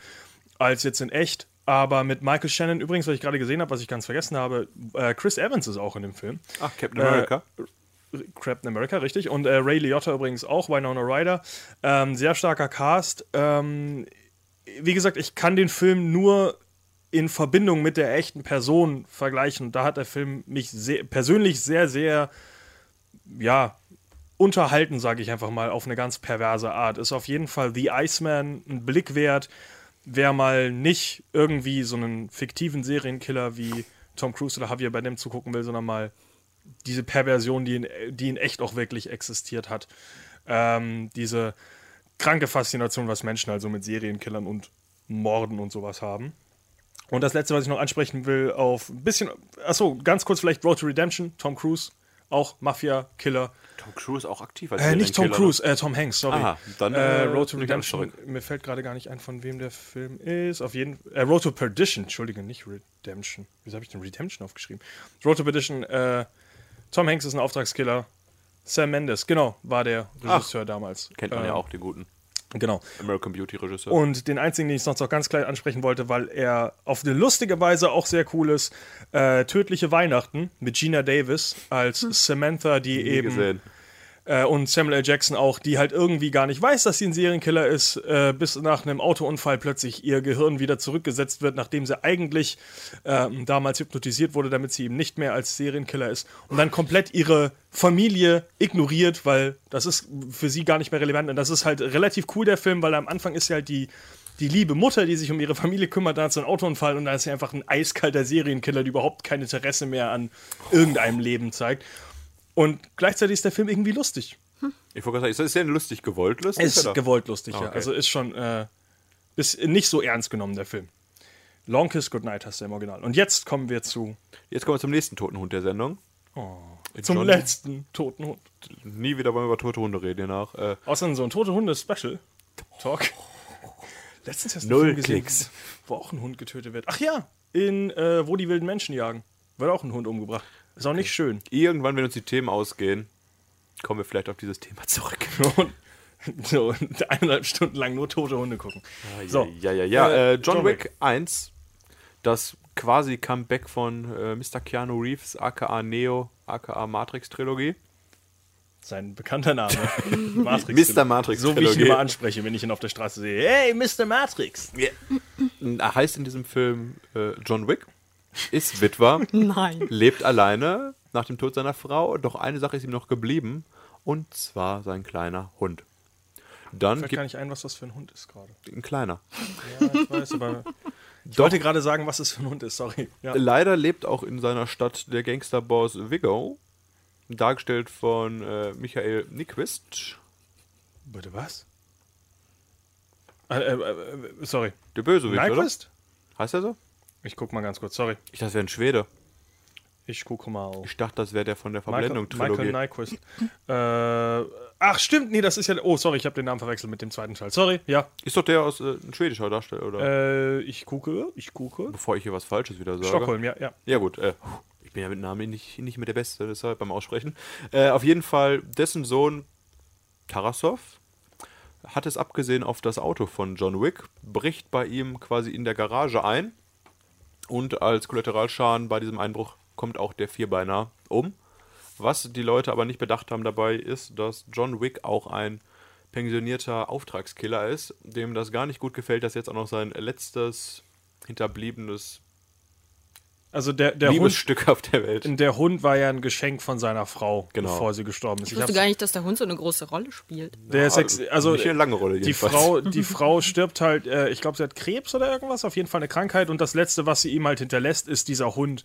als jetzt in echt. Aber mit Michael Shannon übrigens, was ich gerade gesehen habe, was ich ganz vergessen habe, äh, Chris Evans ist auch in dem Film.
Ach, Captain America.
Äh, Captain America, richtig. Und äh, Ray Liotta übrigens auch, Winona Ryder. Ähm, sehr starker Cast. Ähm, wie gesagt, ich kann den Film nur in Verbindung mit der echten Person vergleichen. Und da hat der Film mich sehr, persönlich sehr, sehr, ja, unterhalten, sage ich einfach mal, auf eine ganz perverse Art. Ist auf jeden Fall The Iceman ein Blick wert, wer mal nicht irgendwie so einen fiktiven Serienkiller wie Tom Cruise oder Javier Bardem zugucken will, sondern mal diese Perversion, die in, die in echt auch wirklich existiert hat. Ähm, diese kranke Faszination, was Menschen also mit Serienkillern und Morden und sowas haben. Und das letzte, was ich noch ansprechen will, auf ein bisschen, achso, ganz kurz vielleicht Road to Redemption, Tom Cruise, auch Mafia-Killer.
Tom Cruise auch aktiv als
Äh, nicht Tom
Serienkiller, ne?
Cruise, äh, Tom Hanks, sorry.
Aha, dann,
äh,
äh,
Road to
liegt alles
Redemption. Mir fällt gerade gar nicht ein, von wem der Film ist. Auf jeden äh, Road to Perdition, Entschuldige, nicht Redemption. Wieso habe ich denn Redemption aufgeschrieben? Road to Perdition, äh, Tom Hanks ist ein Auftragskiller. Sam Mendes, genau, war der Regisseur damals.
Kennt man
Ähm,
ja auch, den guten
Genau.
American Beauty-Regisseur.
Und den einzigen, den ich sonst noch ganz klein ansprechen wollte, weil er auf eine lustige Weise auch sehr cool ist, äh, Tödliche Weihnachten mit Gina Davis als Samantha, die
Hm. Nie
eben
gesehen.
äh, und Samuel L. Jackson auch, die halt irgendwie gar nicht weiß, dass sie ein Serienkiller ist, äh, bis nach einem Autounfall plötzlich ihr Gehirn wieder zurückgesetzt wird, nachdem sie eigentlich ähm, damals hypnotisiert wurde, damit sie eben nicht mehr als Serienkiller ist und dann komplett ihre Familie ignoriert, weil das ist für sie gar nicht mehr relevant. Und das ist halt relativ cool, der Film, weil am Anfang ist ja halt die. Die liebe Mutter, die sich um ihre Familie kümmert, da hat so einen Autounfall und da ist sie einfach ein eiskalter Serienkiller, der überhaupt kein Interesse mehr an irgendeinem Leben zeigt. Und gleichzeitig ist der Film irgendwie lustig.
Ich wollte gerade sagen, ist das sehr lustig gewollt, lustig?
Ist
oder?
gewollt lustig, ja.
Ah, Okay.
Also ist schon äh, ist nicht so ernst genommen, der Film. Long Kiss Goodnight hast du im Original. Und jetzt kommen wir zu
Jetzt kommen wir zum nächsten toten Hund der Sendung.
Oh, zum
John-
letzten toten Hund.
Nie wieder wollen wir über tote Hunde reden danach. Äh,
Außerdem so ein tote Hunde Special Talk. Letztens hast du
Null
einen Film gesehen,
Klicks.
wo auch ein Hund getötet wird. Ach ja, in äh, wo die wilden Menschen jagen wird auch ein Hund umgebracht. Ist auch nicht schön.
irgendwann, wenn uns die Themen ausgehen, kommen wir vielleicht auf dieses Thema zurück.
Und so
Ah,
eineinhalb Stunden lang nur tote Hunde gucken. So,
Äh,
Äh,
Ja, ja, ja. Äh, John, Wick 1. das quasi Comeback von äh, Mr. Keanu Reeves, aka Neo, aka Matrix Trilogie.
Sein bekannter Name. Matrix. genau.
Mr. Matrix
So wie ich ihn
Trilogie.
immer anspreche, wenn ich ihn auf der Straße sehe. Hey, Mr. Matrix!
Er heißt in diesem Film äh, John Wick, ist Witwer,
Nein.
lebt alleine nach dem Tod seiner Frau, doch eine Sache ist ihm noch geblieben, und zwar sein kleiner Hund. Dann
Fällt gar
gibt
nicht ein, was das für ein Hund ist gerade.
ein kleiner.
Ja, ich weiß, aber. Ich wollte gerade sagen, was es für ein Hund ist, sorry. Ja.
Leider lebt auch in seiner Stadt der Gangsterboss Viggo, dargestellt von äh, Michael Nyquist,
Bitte was? Äh, äh, äh, sorry.
der Bösewicht,
Nyquist?
oder? Heißt er so?
Ich guck mal ganz kurz, sorry.
Ich dachte, das wäre ein Schwede.
Ich gucke mal auf.
Ich dachte, das wäre der von der
Michael, Michael
Verblendung-Trilogie.
Nyquist. äh, ach, stimmt, nee, das ist ja. Oh, sorry, ich habe den Namen verwechselt mit dem zweiten Teil. Sorry, ja.
Ist doch der aus äh, ein schwedischer Darsteller, oder?
Äh, ich gucke, ich gucke.
Bevor ich hier was Falsches wieder sage.
Stockholm, ja, ja.
Ja, gut. Äh, ich bin ja mit Namen nicht, nicht mehr der Beste, deshalb beim Aussprechen. Äh, auf jeden Fall, dessen Sohn Tarasov hat es abgesehen auf das Auto von John Wick, bricht bei ihm quasi in der Garage ein und als Kollateralschaden bei diesem Einbruch kommt auch der Vierbeiner um. Was die Leute aber nicht bedacht haben dabei ist, dass John Wick auch ein pensionierter Auftragskiller ist, dem das gar nicht gut gefällt, dass jetzt auch noch sein letztes hinterbliebenes
Also der, der Hund.
Liebesstück auf der Welt.
Äh, Der Hund war ja ein Geschenk von seiner Frau,
Genau.
bevor sie gestorben ist.
Ich wusste
hab's-
gar nicht, dass der Hund so eine große Rolle spielt.
Der ist ex also
nicht eine lange Rolle
die
jedenfalls.
Frau, die Frau stirbt halt, äh, ich glaube, sie hat Krebs oder irgendwas, auf jeden Fall eine Krankheit und das letzte, was sie ihm halt hinterlässt, ist dieser Hund,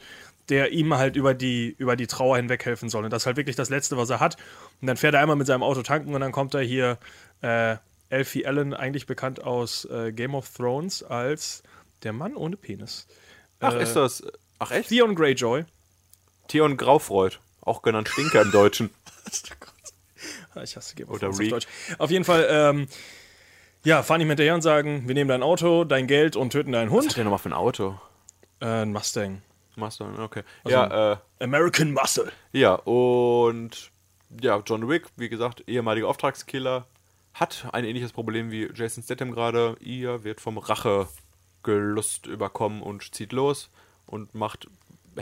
der ihm halt über die über die Trauer hinweghelfen soll. Und das ist halt wirklich das letzte, was er hat. Und dann fährt er einmal mit seinem Auto tanken und dann kommt er hier äh, Elfie Allen, eigentlich bekannt aus äh, Game of Thrones als der Mann ohne Penis.
Ach, ist das. Ach, echt?
Theon Greyjoy.
Theon Graufreud, auch genannt Stinker im Deutschen.
Ah, Ich hasse Game of
Oder
Thrones auf
Reek.
Deutsch. Auf jeden Fall, ähm, ja, fahren ihm hinterher und sagen, wir nehmen dein Auto, dein Geld und töten deinen
Was
Hund.
hat der nochmal für ein Auto?
Äh, ein Mustang.
Master, okay. ja, äh,
American Muscle.
ja, und. Ja, John Wick, wie gesagt, ehemaliger Auftragskiller, hat ein ähnliches Problem wie Jason Statham gerade. Ihr wird vom Rachegelust überkommen und zieht los und macht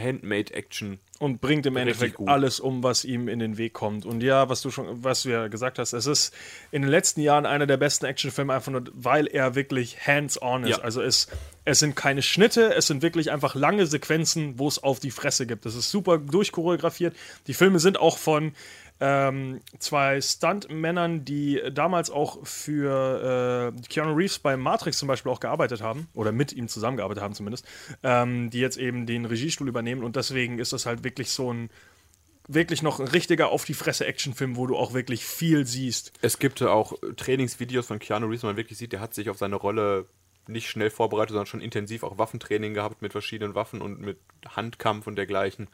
Handmade-Action.
Und bringt im
Richtig
Endeffekt
gut.
alles um, was ihm in den Weg kommt. Und ja, was du schon, was du ja gesagt hast, es ist in den letzten Jahren einer der besten Actionfilme, einfach nur, weil er wirklich hands-on ist.
Ja.
Also es, es sind keine Schnitte, es sind wirklich einfach lange Sequenzen, wo es auf die Fresse gibt. Es ist super durchchoreografiert. Die Filme sind auch von ähm, zwei Stuntmännern, die damals auch für äh, Keanu Reeves bei Matrix zum Beispiel auch gearbeitet haben, oder mit ihm zusammengearbeitet haben zumindest, ähm, die jetzt eben den Regiestuhl übernehmen und deswegen ist das halt wirklich so ein wirklich noch ein richtiger auf die Fresse Actionfilm, wo du auch wirklich viel siehst.
Es gibt ja auch Trainingsvideos von Keanu Reeves, wo man wirklich sieht, der hat sich auf seine Rolle nicht schnell vorbereitet, sondern schon intensiv auch Waffentraining gehabt mit verschiedenen Waffen und mit Handkampf und dergleichen.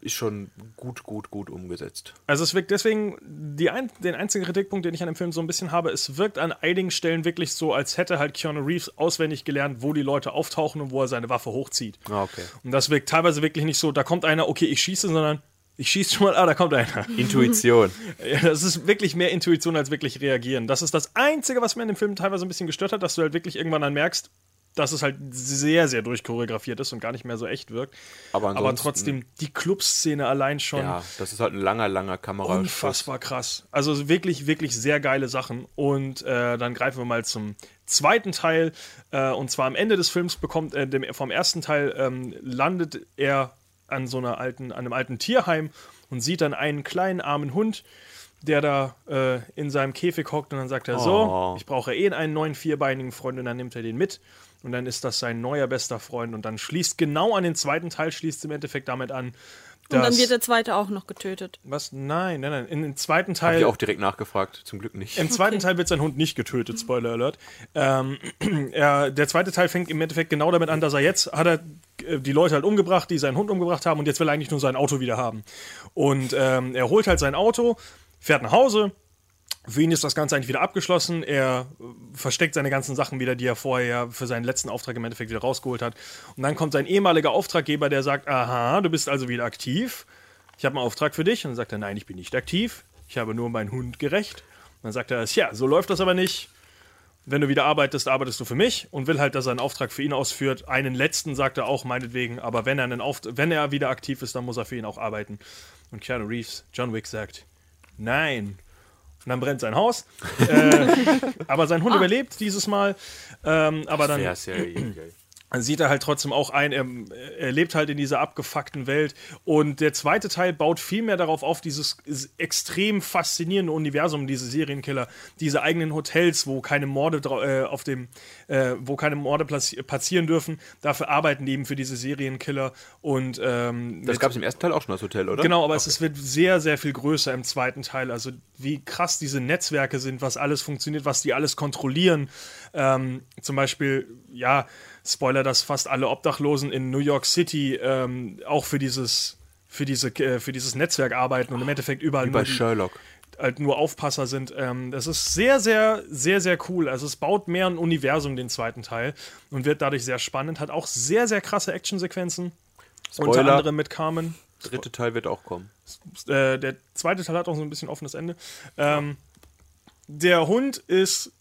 Ist schon gut, gut, gut umgesetzt.
Also es wirkt deswegen, die ein, den einzigen Kritikpunkt, den ich an dem Film so ein bisschen habe, es wirkt an einigen Stellen wirklich so, als hätte halt Keanu Reeves auswendig gelernt, wo die Leute auftauchen und wo er seine Waffe hochzieht.
Ah, okay.
Und das wirkt teilweise wirklich nicht so, da kommt einer, okay, ich schieße, sondern ich schieße schon mal, ah, da kommt einer.
Intuition.
Ja, das ist wirklich mehr Intuition als wirklich reagieren. Das ist das Einzige, was mir in dem Film teilweise ein bisschen gestört hat, dass du halt wirklich irgendwann dann merkst, dass es halt sehr, sehr durchchoreografiert ist und gar nicht mehr so echt wirkt.
Aber
Aber
ansonsten-
trotzdem, die Clubszene allein schon
ja, das ist halt ein langer, langer Kamera.
unfassbar krass. Also wirklich, wirklich sehr geile Sachen. Und äh, dann greifen wir mal zum zweiten Teil. Äh, und zwar am Ende des Films bekommt äh, dem, vom ersten Teil ähm, landet er an so einer alten, an einem alten Tierheim und sieht dann einen kleinen armen Hund, der da äh, in seinem Käfig hockt und dann sagt er so,
Oh.
ich brauche eh einen neuen vierbeinigen Freund und dann nimmt er den mit. Und dann ist das sein neuer bester Freund und dann schließt genau an den zweiten Teil, schließt im Endeffekt damit an.
Und dann
dass-
wird der zweite auch noch getötet.
was? Nein, nein, nein. In, im zweiten
Hab
Teil.
ich auch direkt nachgefragt, zum Glück nicht.
Im zweiten Teil wird sein Hund nicht getötet, Spoiler Alert. Ähm, er, der zweite Teil fängt im Endeffekt genau damit an, dass er jetzt hat er äh, die Leute halt umgebracht, die seinen Hund umgebracht haben und jetzt will er eigentlich nur sein Auto wieder haben. Und ähm, er holt halt sein Auto, fährt nach Hause. Für ihn ist das Ganze eigentlich wieder abgeschlossen. Er äh, versteckt seine ganzen Sachen wieder, die er vorher ja für seinen letzten Auftrag im Endeffekt wieder rausgeholt hat. Und dann kommt sein ehemaliger Auftraggeber, der sagt: Aha, du bist also wieder aktiv. Ich habe einen Auftrag für dich. Und dann sagt er: Nein, ich bin nicht aktiv. Ich habe nur meinen Hund gerecht. Und dann sagt er: Ja, so läuft das aber nicht. wenn du wieder arbeitest, arbeitest du für mich und will halt, dass er einen Auftrag für ihn ausführt. Einen letzten sagt er auch, meinetwegen, aber wenn er, einen Auft wenn er wieder aktiv ist, dann muss er für ihn auch arbeiten. Und Keanu Reeves, John Wick sagt, nein. Und dann brennt sein Haus. äh, aber sein Hund überlebt dieses Mal. Ähm, aber dann
Ja, sehr geil.
dann sieht er halt trotzdem auch ein, er, er lebt halt in dieser abgefuckten Welt. Und der zweite Teil baut viel mehr darauf auf, dieses s- extrem faszinierende Universum, diese Serienkiller, diese eigenen Hotels, wo keine Morde drau- äh, auf dem, äh, wo keine Morde plassi- passieren dürfen. Dafür arbeiten die eben für diese Serienkiller. Und ähm,
Das
mit-
gab es im ersten Teil auch schon als Hotel, oder?
Genau, aber es ist, wird sehr, sehr viel größer im zweiten Teil. Also wie krass diese Netzwerke sind, was alles funktioniert, was die alles kontrollieren. Ähm, zum Beispiel, ja, Spoiler, dass fast alle Obdachlosen in New York City ähm, auch für dieses, für, diese, äh, für dieses Netzwerk arbeiten und im Endeffekt überall
Bei
nur die,
Sherlock.
halt nur Aufpasser sind. Ähm, das ist sehr, sehr, sehr, sehr cool. Also es baut mehr ein Universum, den zweiten Teil, und wird dadurch sehr spannend. Hat auch sehr, sehr krasse Actionsequenzen. Unter
Spoiler.
anderem mit Carmen
Dritte Teil wird auch kommen.
äh, der zweite Teil hat auch so ein bisschen offenes Ende. Ähm, der Hund ist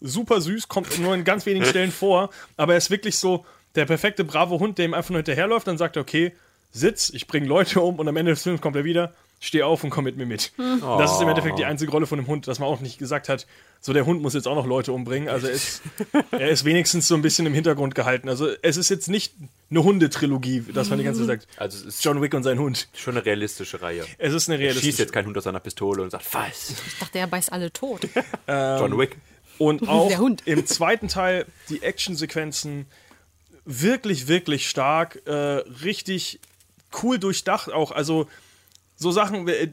super süß, kommt nur in ganz wenigen Stellen vor, aber er ist wirklich so der perfekte brave Hund, der ihm einfach nur hinterherläuft, dann sagt er, okay, sitz, ich bringe Leute um und am Ende des Films kommt er wieder, steh auf und komm mit mir mit. Das ist im
Oh.
Endeffekt die einzige Rolle von dem Hund, dass man auch nicht gesagt hat, so der Hund muss jetzt auch noch Leute umbringen. Also er ist, er ist wenigstens so ein bisschen im Hintergrund gehalten. Also es ist jetzt nicht eine Hundetrilogie, dass man die ganze Zeit sagt,
Also es ist
John Wick und sein Hund.
schon eine realistische Reihe.
Es ist eine
Er schießt
realistische
jetzt keinen Hund aus seiner Pistole und sagt, was?
Ich dachte, er beißt alle tot.
Ähm,
John Wick.
Und auch
Der Hund.
im zweiten Teil die Actionsequenzen wirklich, wirklich stark, äh, richtig cool durchdacht auch. Also so Sachen, äh, äh,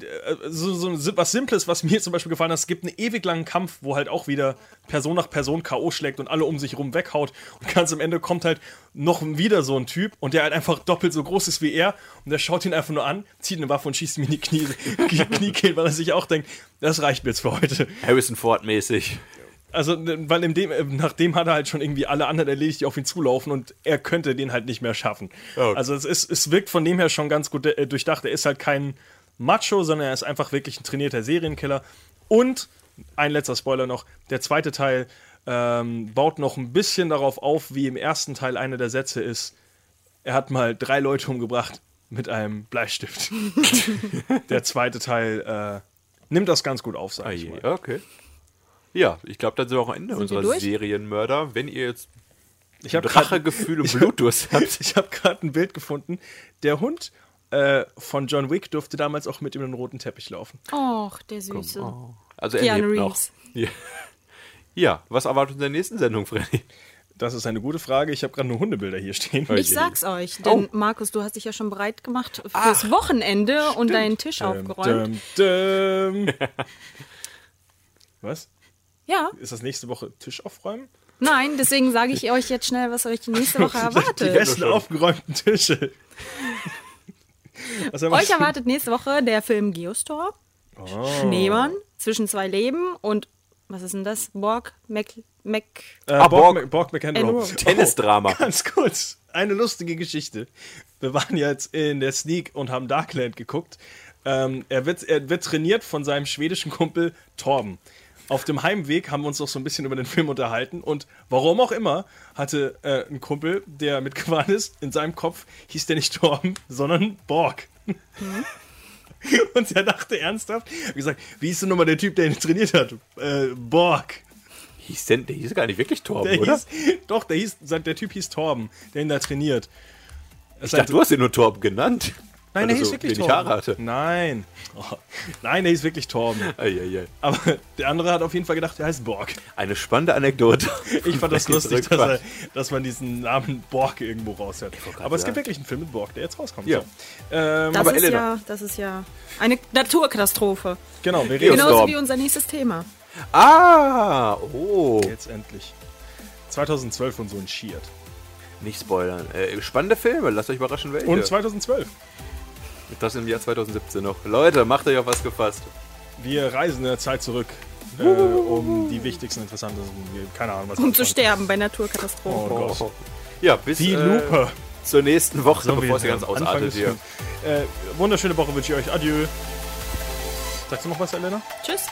so, so si- was Simples, was mir zum Beispiel gefallen hat, es gibt einen ewig langen Kampf, wo halt auch wieder Person nach Person K.O. schlägt und alle um sich rum weghaut. Und ganz am Ende kommt halt noch wieder so ein Typ und der halt einfach doppelt so groß ist wie er und der schaut ihn einfach nur an, zieht eine Waffe und schießt ihm in die Knie, Kniekehl, weil er sich auch denkt, das reicht mir jetzt für heute.
Harrison Ford mäßig.
Also, ne, weil in dem, äh, nachdem hat er halt schon irgendwie alle anderen erledigt, die auf ihn zulaufen und er könnte den halt nicht mehr schaffen.
Ja.
Also es, ist, es wirkt von dem her schon ganz gut äh, durchdacht. Er ist halt kein Macho, sondern er ist einfach wirklich ein trainierter Serienkiller. Und ein letzter Spoiler noch, der zweite Teil ähm, baut noch ein bisschen darauf auf, wie im ersten Teil einer der Sätze ist, er hat mal drei Leute umgebracht mit einem Bleistift. der zweite Teil äh, nimmt das ganz gut auf, sag ich mal.
Ah Okay. Ja, ich glaube, dann sind wir auch am Ende unserer
durch?
Serienmörder. Wenn ihr jetzt
Ich hab grad-
Rachegefühl und Blutdurst habt,
Ich habe gerade ein Bild gefunden. Der Hund äh, von John Wick durfte damals auch mit über den roten Teppich laufen.
Och, der Süße.
oh.
also er
Keanu
lebt noch.
Reeves.
Ja. ja, was erwartet uns in der nächsten Sendung, Freddy?
Das ist eine gute Frage. Ich habe gerade nur Hundebilder hier stehen.
Ich sag's euch, denn
Oh.
Markus, du hast dich ja schon bereit gemacht fürs
Ah,
Wochenende und deinen Tisch aufgeräumt.
Ähm, Dum, dum. Was?
Ja,
Ist das nächste Woche Tisch aufräumen?
nein, deswegen sage ich euch jetzt schnell, was euch nächste Woche
Die
erwartet.
besten aufgeräumten Tische. Was haben wir-
Euch erwartet nächste Woche der Film Geostor,
Oh.
Schneemann, Zwischen zwei Leben und was ist denn das? Borg, Mac, Mac.
Äh,
Ah,
Borg,
Borg.
Mc- Borg McEnroe.
Enroe.
Tennisdrama.
Ganz kurz, eine lustige Geschichte. Wir waren jetzt in der Sneak und haben Darkland geguckt. Ähm, er, wird, er wird trainiert von seinem schwedischen Kumpel Torben. Auf dem Heimweg haben wir uns noch so ein bisschen über den Film unterhalten und warum auch immer hatte äh, ein Kumpel, der mitgefahren ist, in seinem Kopf hieß der nicht Torben, sondern Borg. Und er dachte ernsthaft, hat gesagt, wie ist denn nochmal der Typ, der ihn trainiert hat? Äh, Borg.
Hieß denn, der hieß gar nicht wirklich Torben,
Der
oder?
hieß, doch, der, hieß, der Typ hieß Torben, der ihn da trainiert.
Ich dachte, du hast ihn nur Torben genannt. Also,
Nein, der
Weil du
hieß
so
wirklich
wenig
Torben.
Haare hatte.
Nein. Oh. Nein, der hieß wirklich Torben.
Eieiei.
Aber der andere hat auf jeden Fall gedacht, der heißt Borg.
Eine spannende Anekdote.
Ich fand das
Wenn ich
lustig, dass,
zurückfahre.
er, dass man diesen Namen Borg irgendwo raushört. Aber es gibt
sagen.
wirklich einen Film mit Borg, der jetzt rauskommt.
Ja.
So. Ähm,
Das
Aber
ist
Elena-
ja, das ist ja eine Naturkatastrophe.
genau, wir reden
Geostorm.
Genauso wie unser nächstes Thema.
Ah, oh.
jetzt endlich. 2012 und so ein Shirt.
Nicht spoilern. Äh, spannende Filme, lasst euch überraschen, welche.
Und 2012.
das im Jahr 2017 noch. Leute, macht euch auf was gefasst.
Wir reisen in der Zeit zurück, äh, um die wichtigsten, interessantesten, keine Ahnung, was
Um
das
zu
war.
sterben bei Naturkatastrophen.
Oh Gott.
Ja, bis äh,
Die Lupe.
zur nächsten Woche,
So,
bevor es
wir-
ganz
Anfang
ausartet
des
hier. Oh.
Films. Äh, wunderschöne Woche wünsche ich euch. Adieu. Sagst du noch was, Elena?
Tschüss.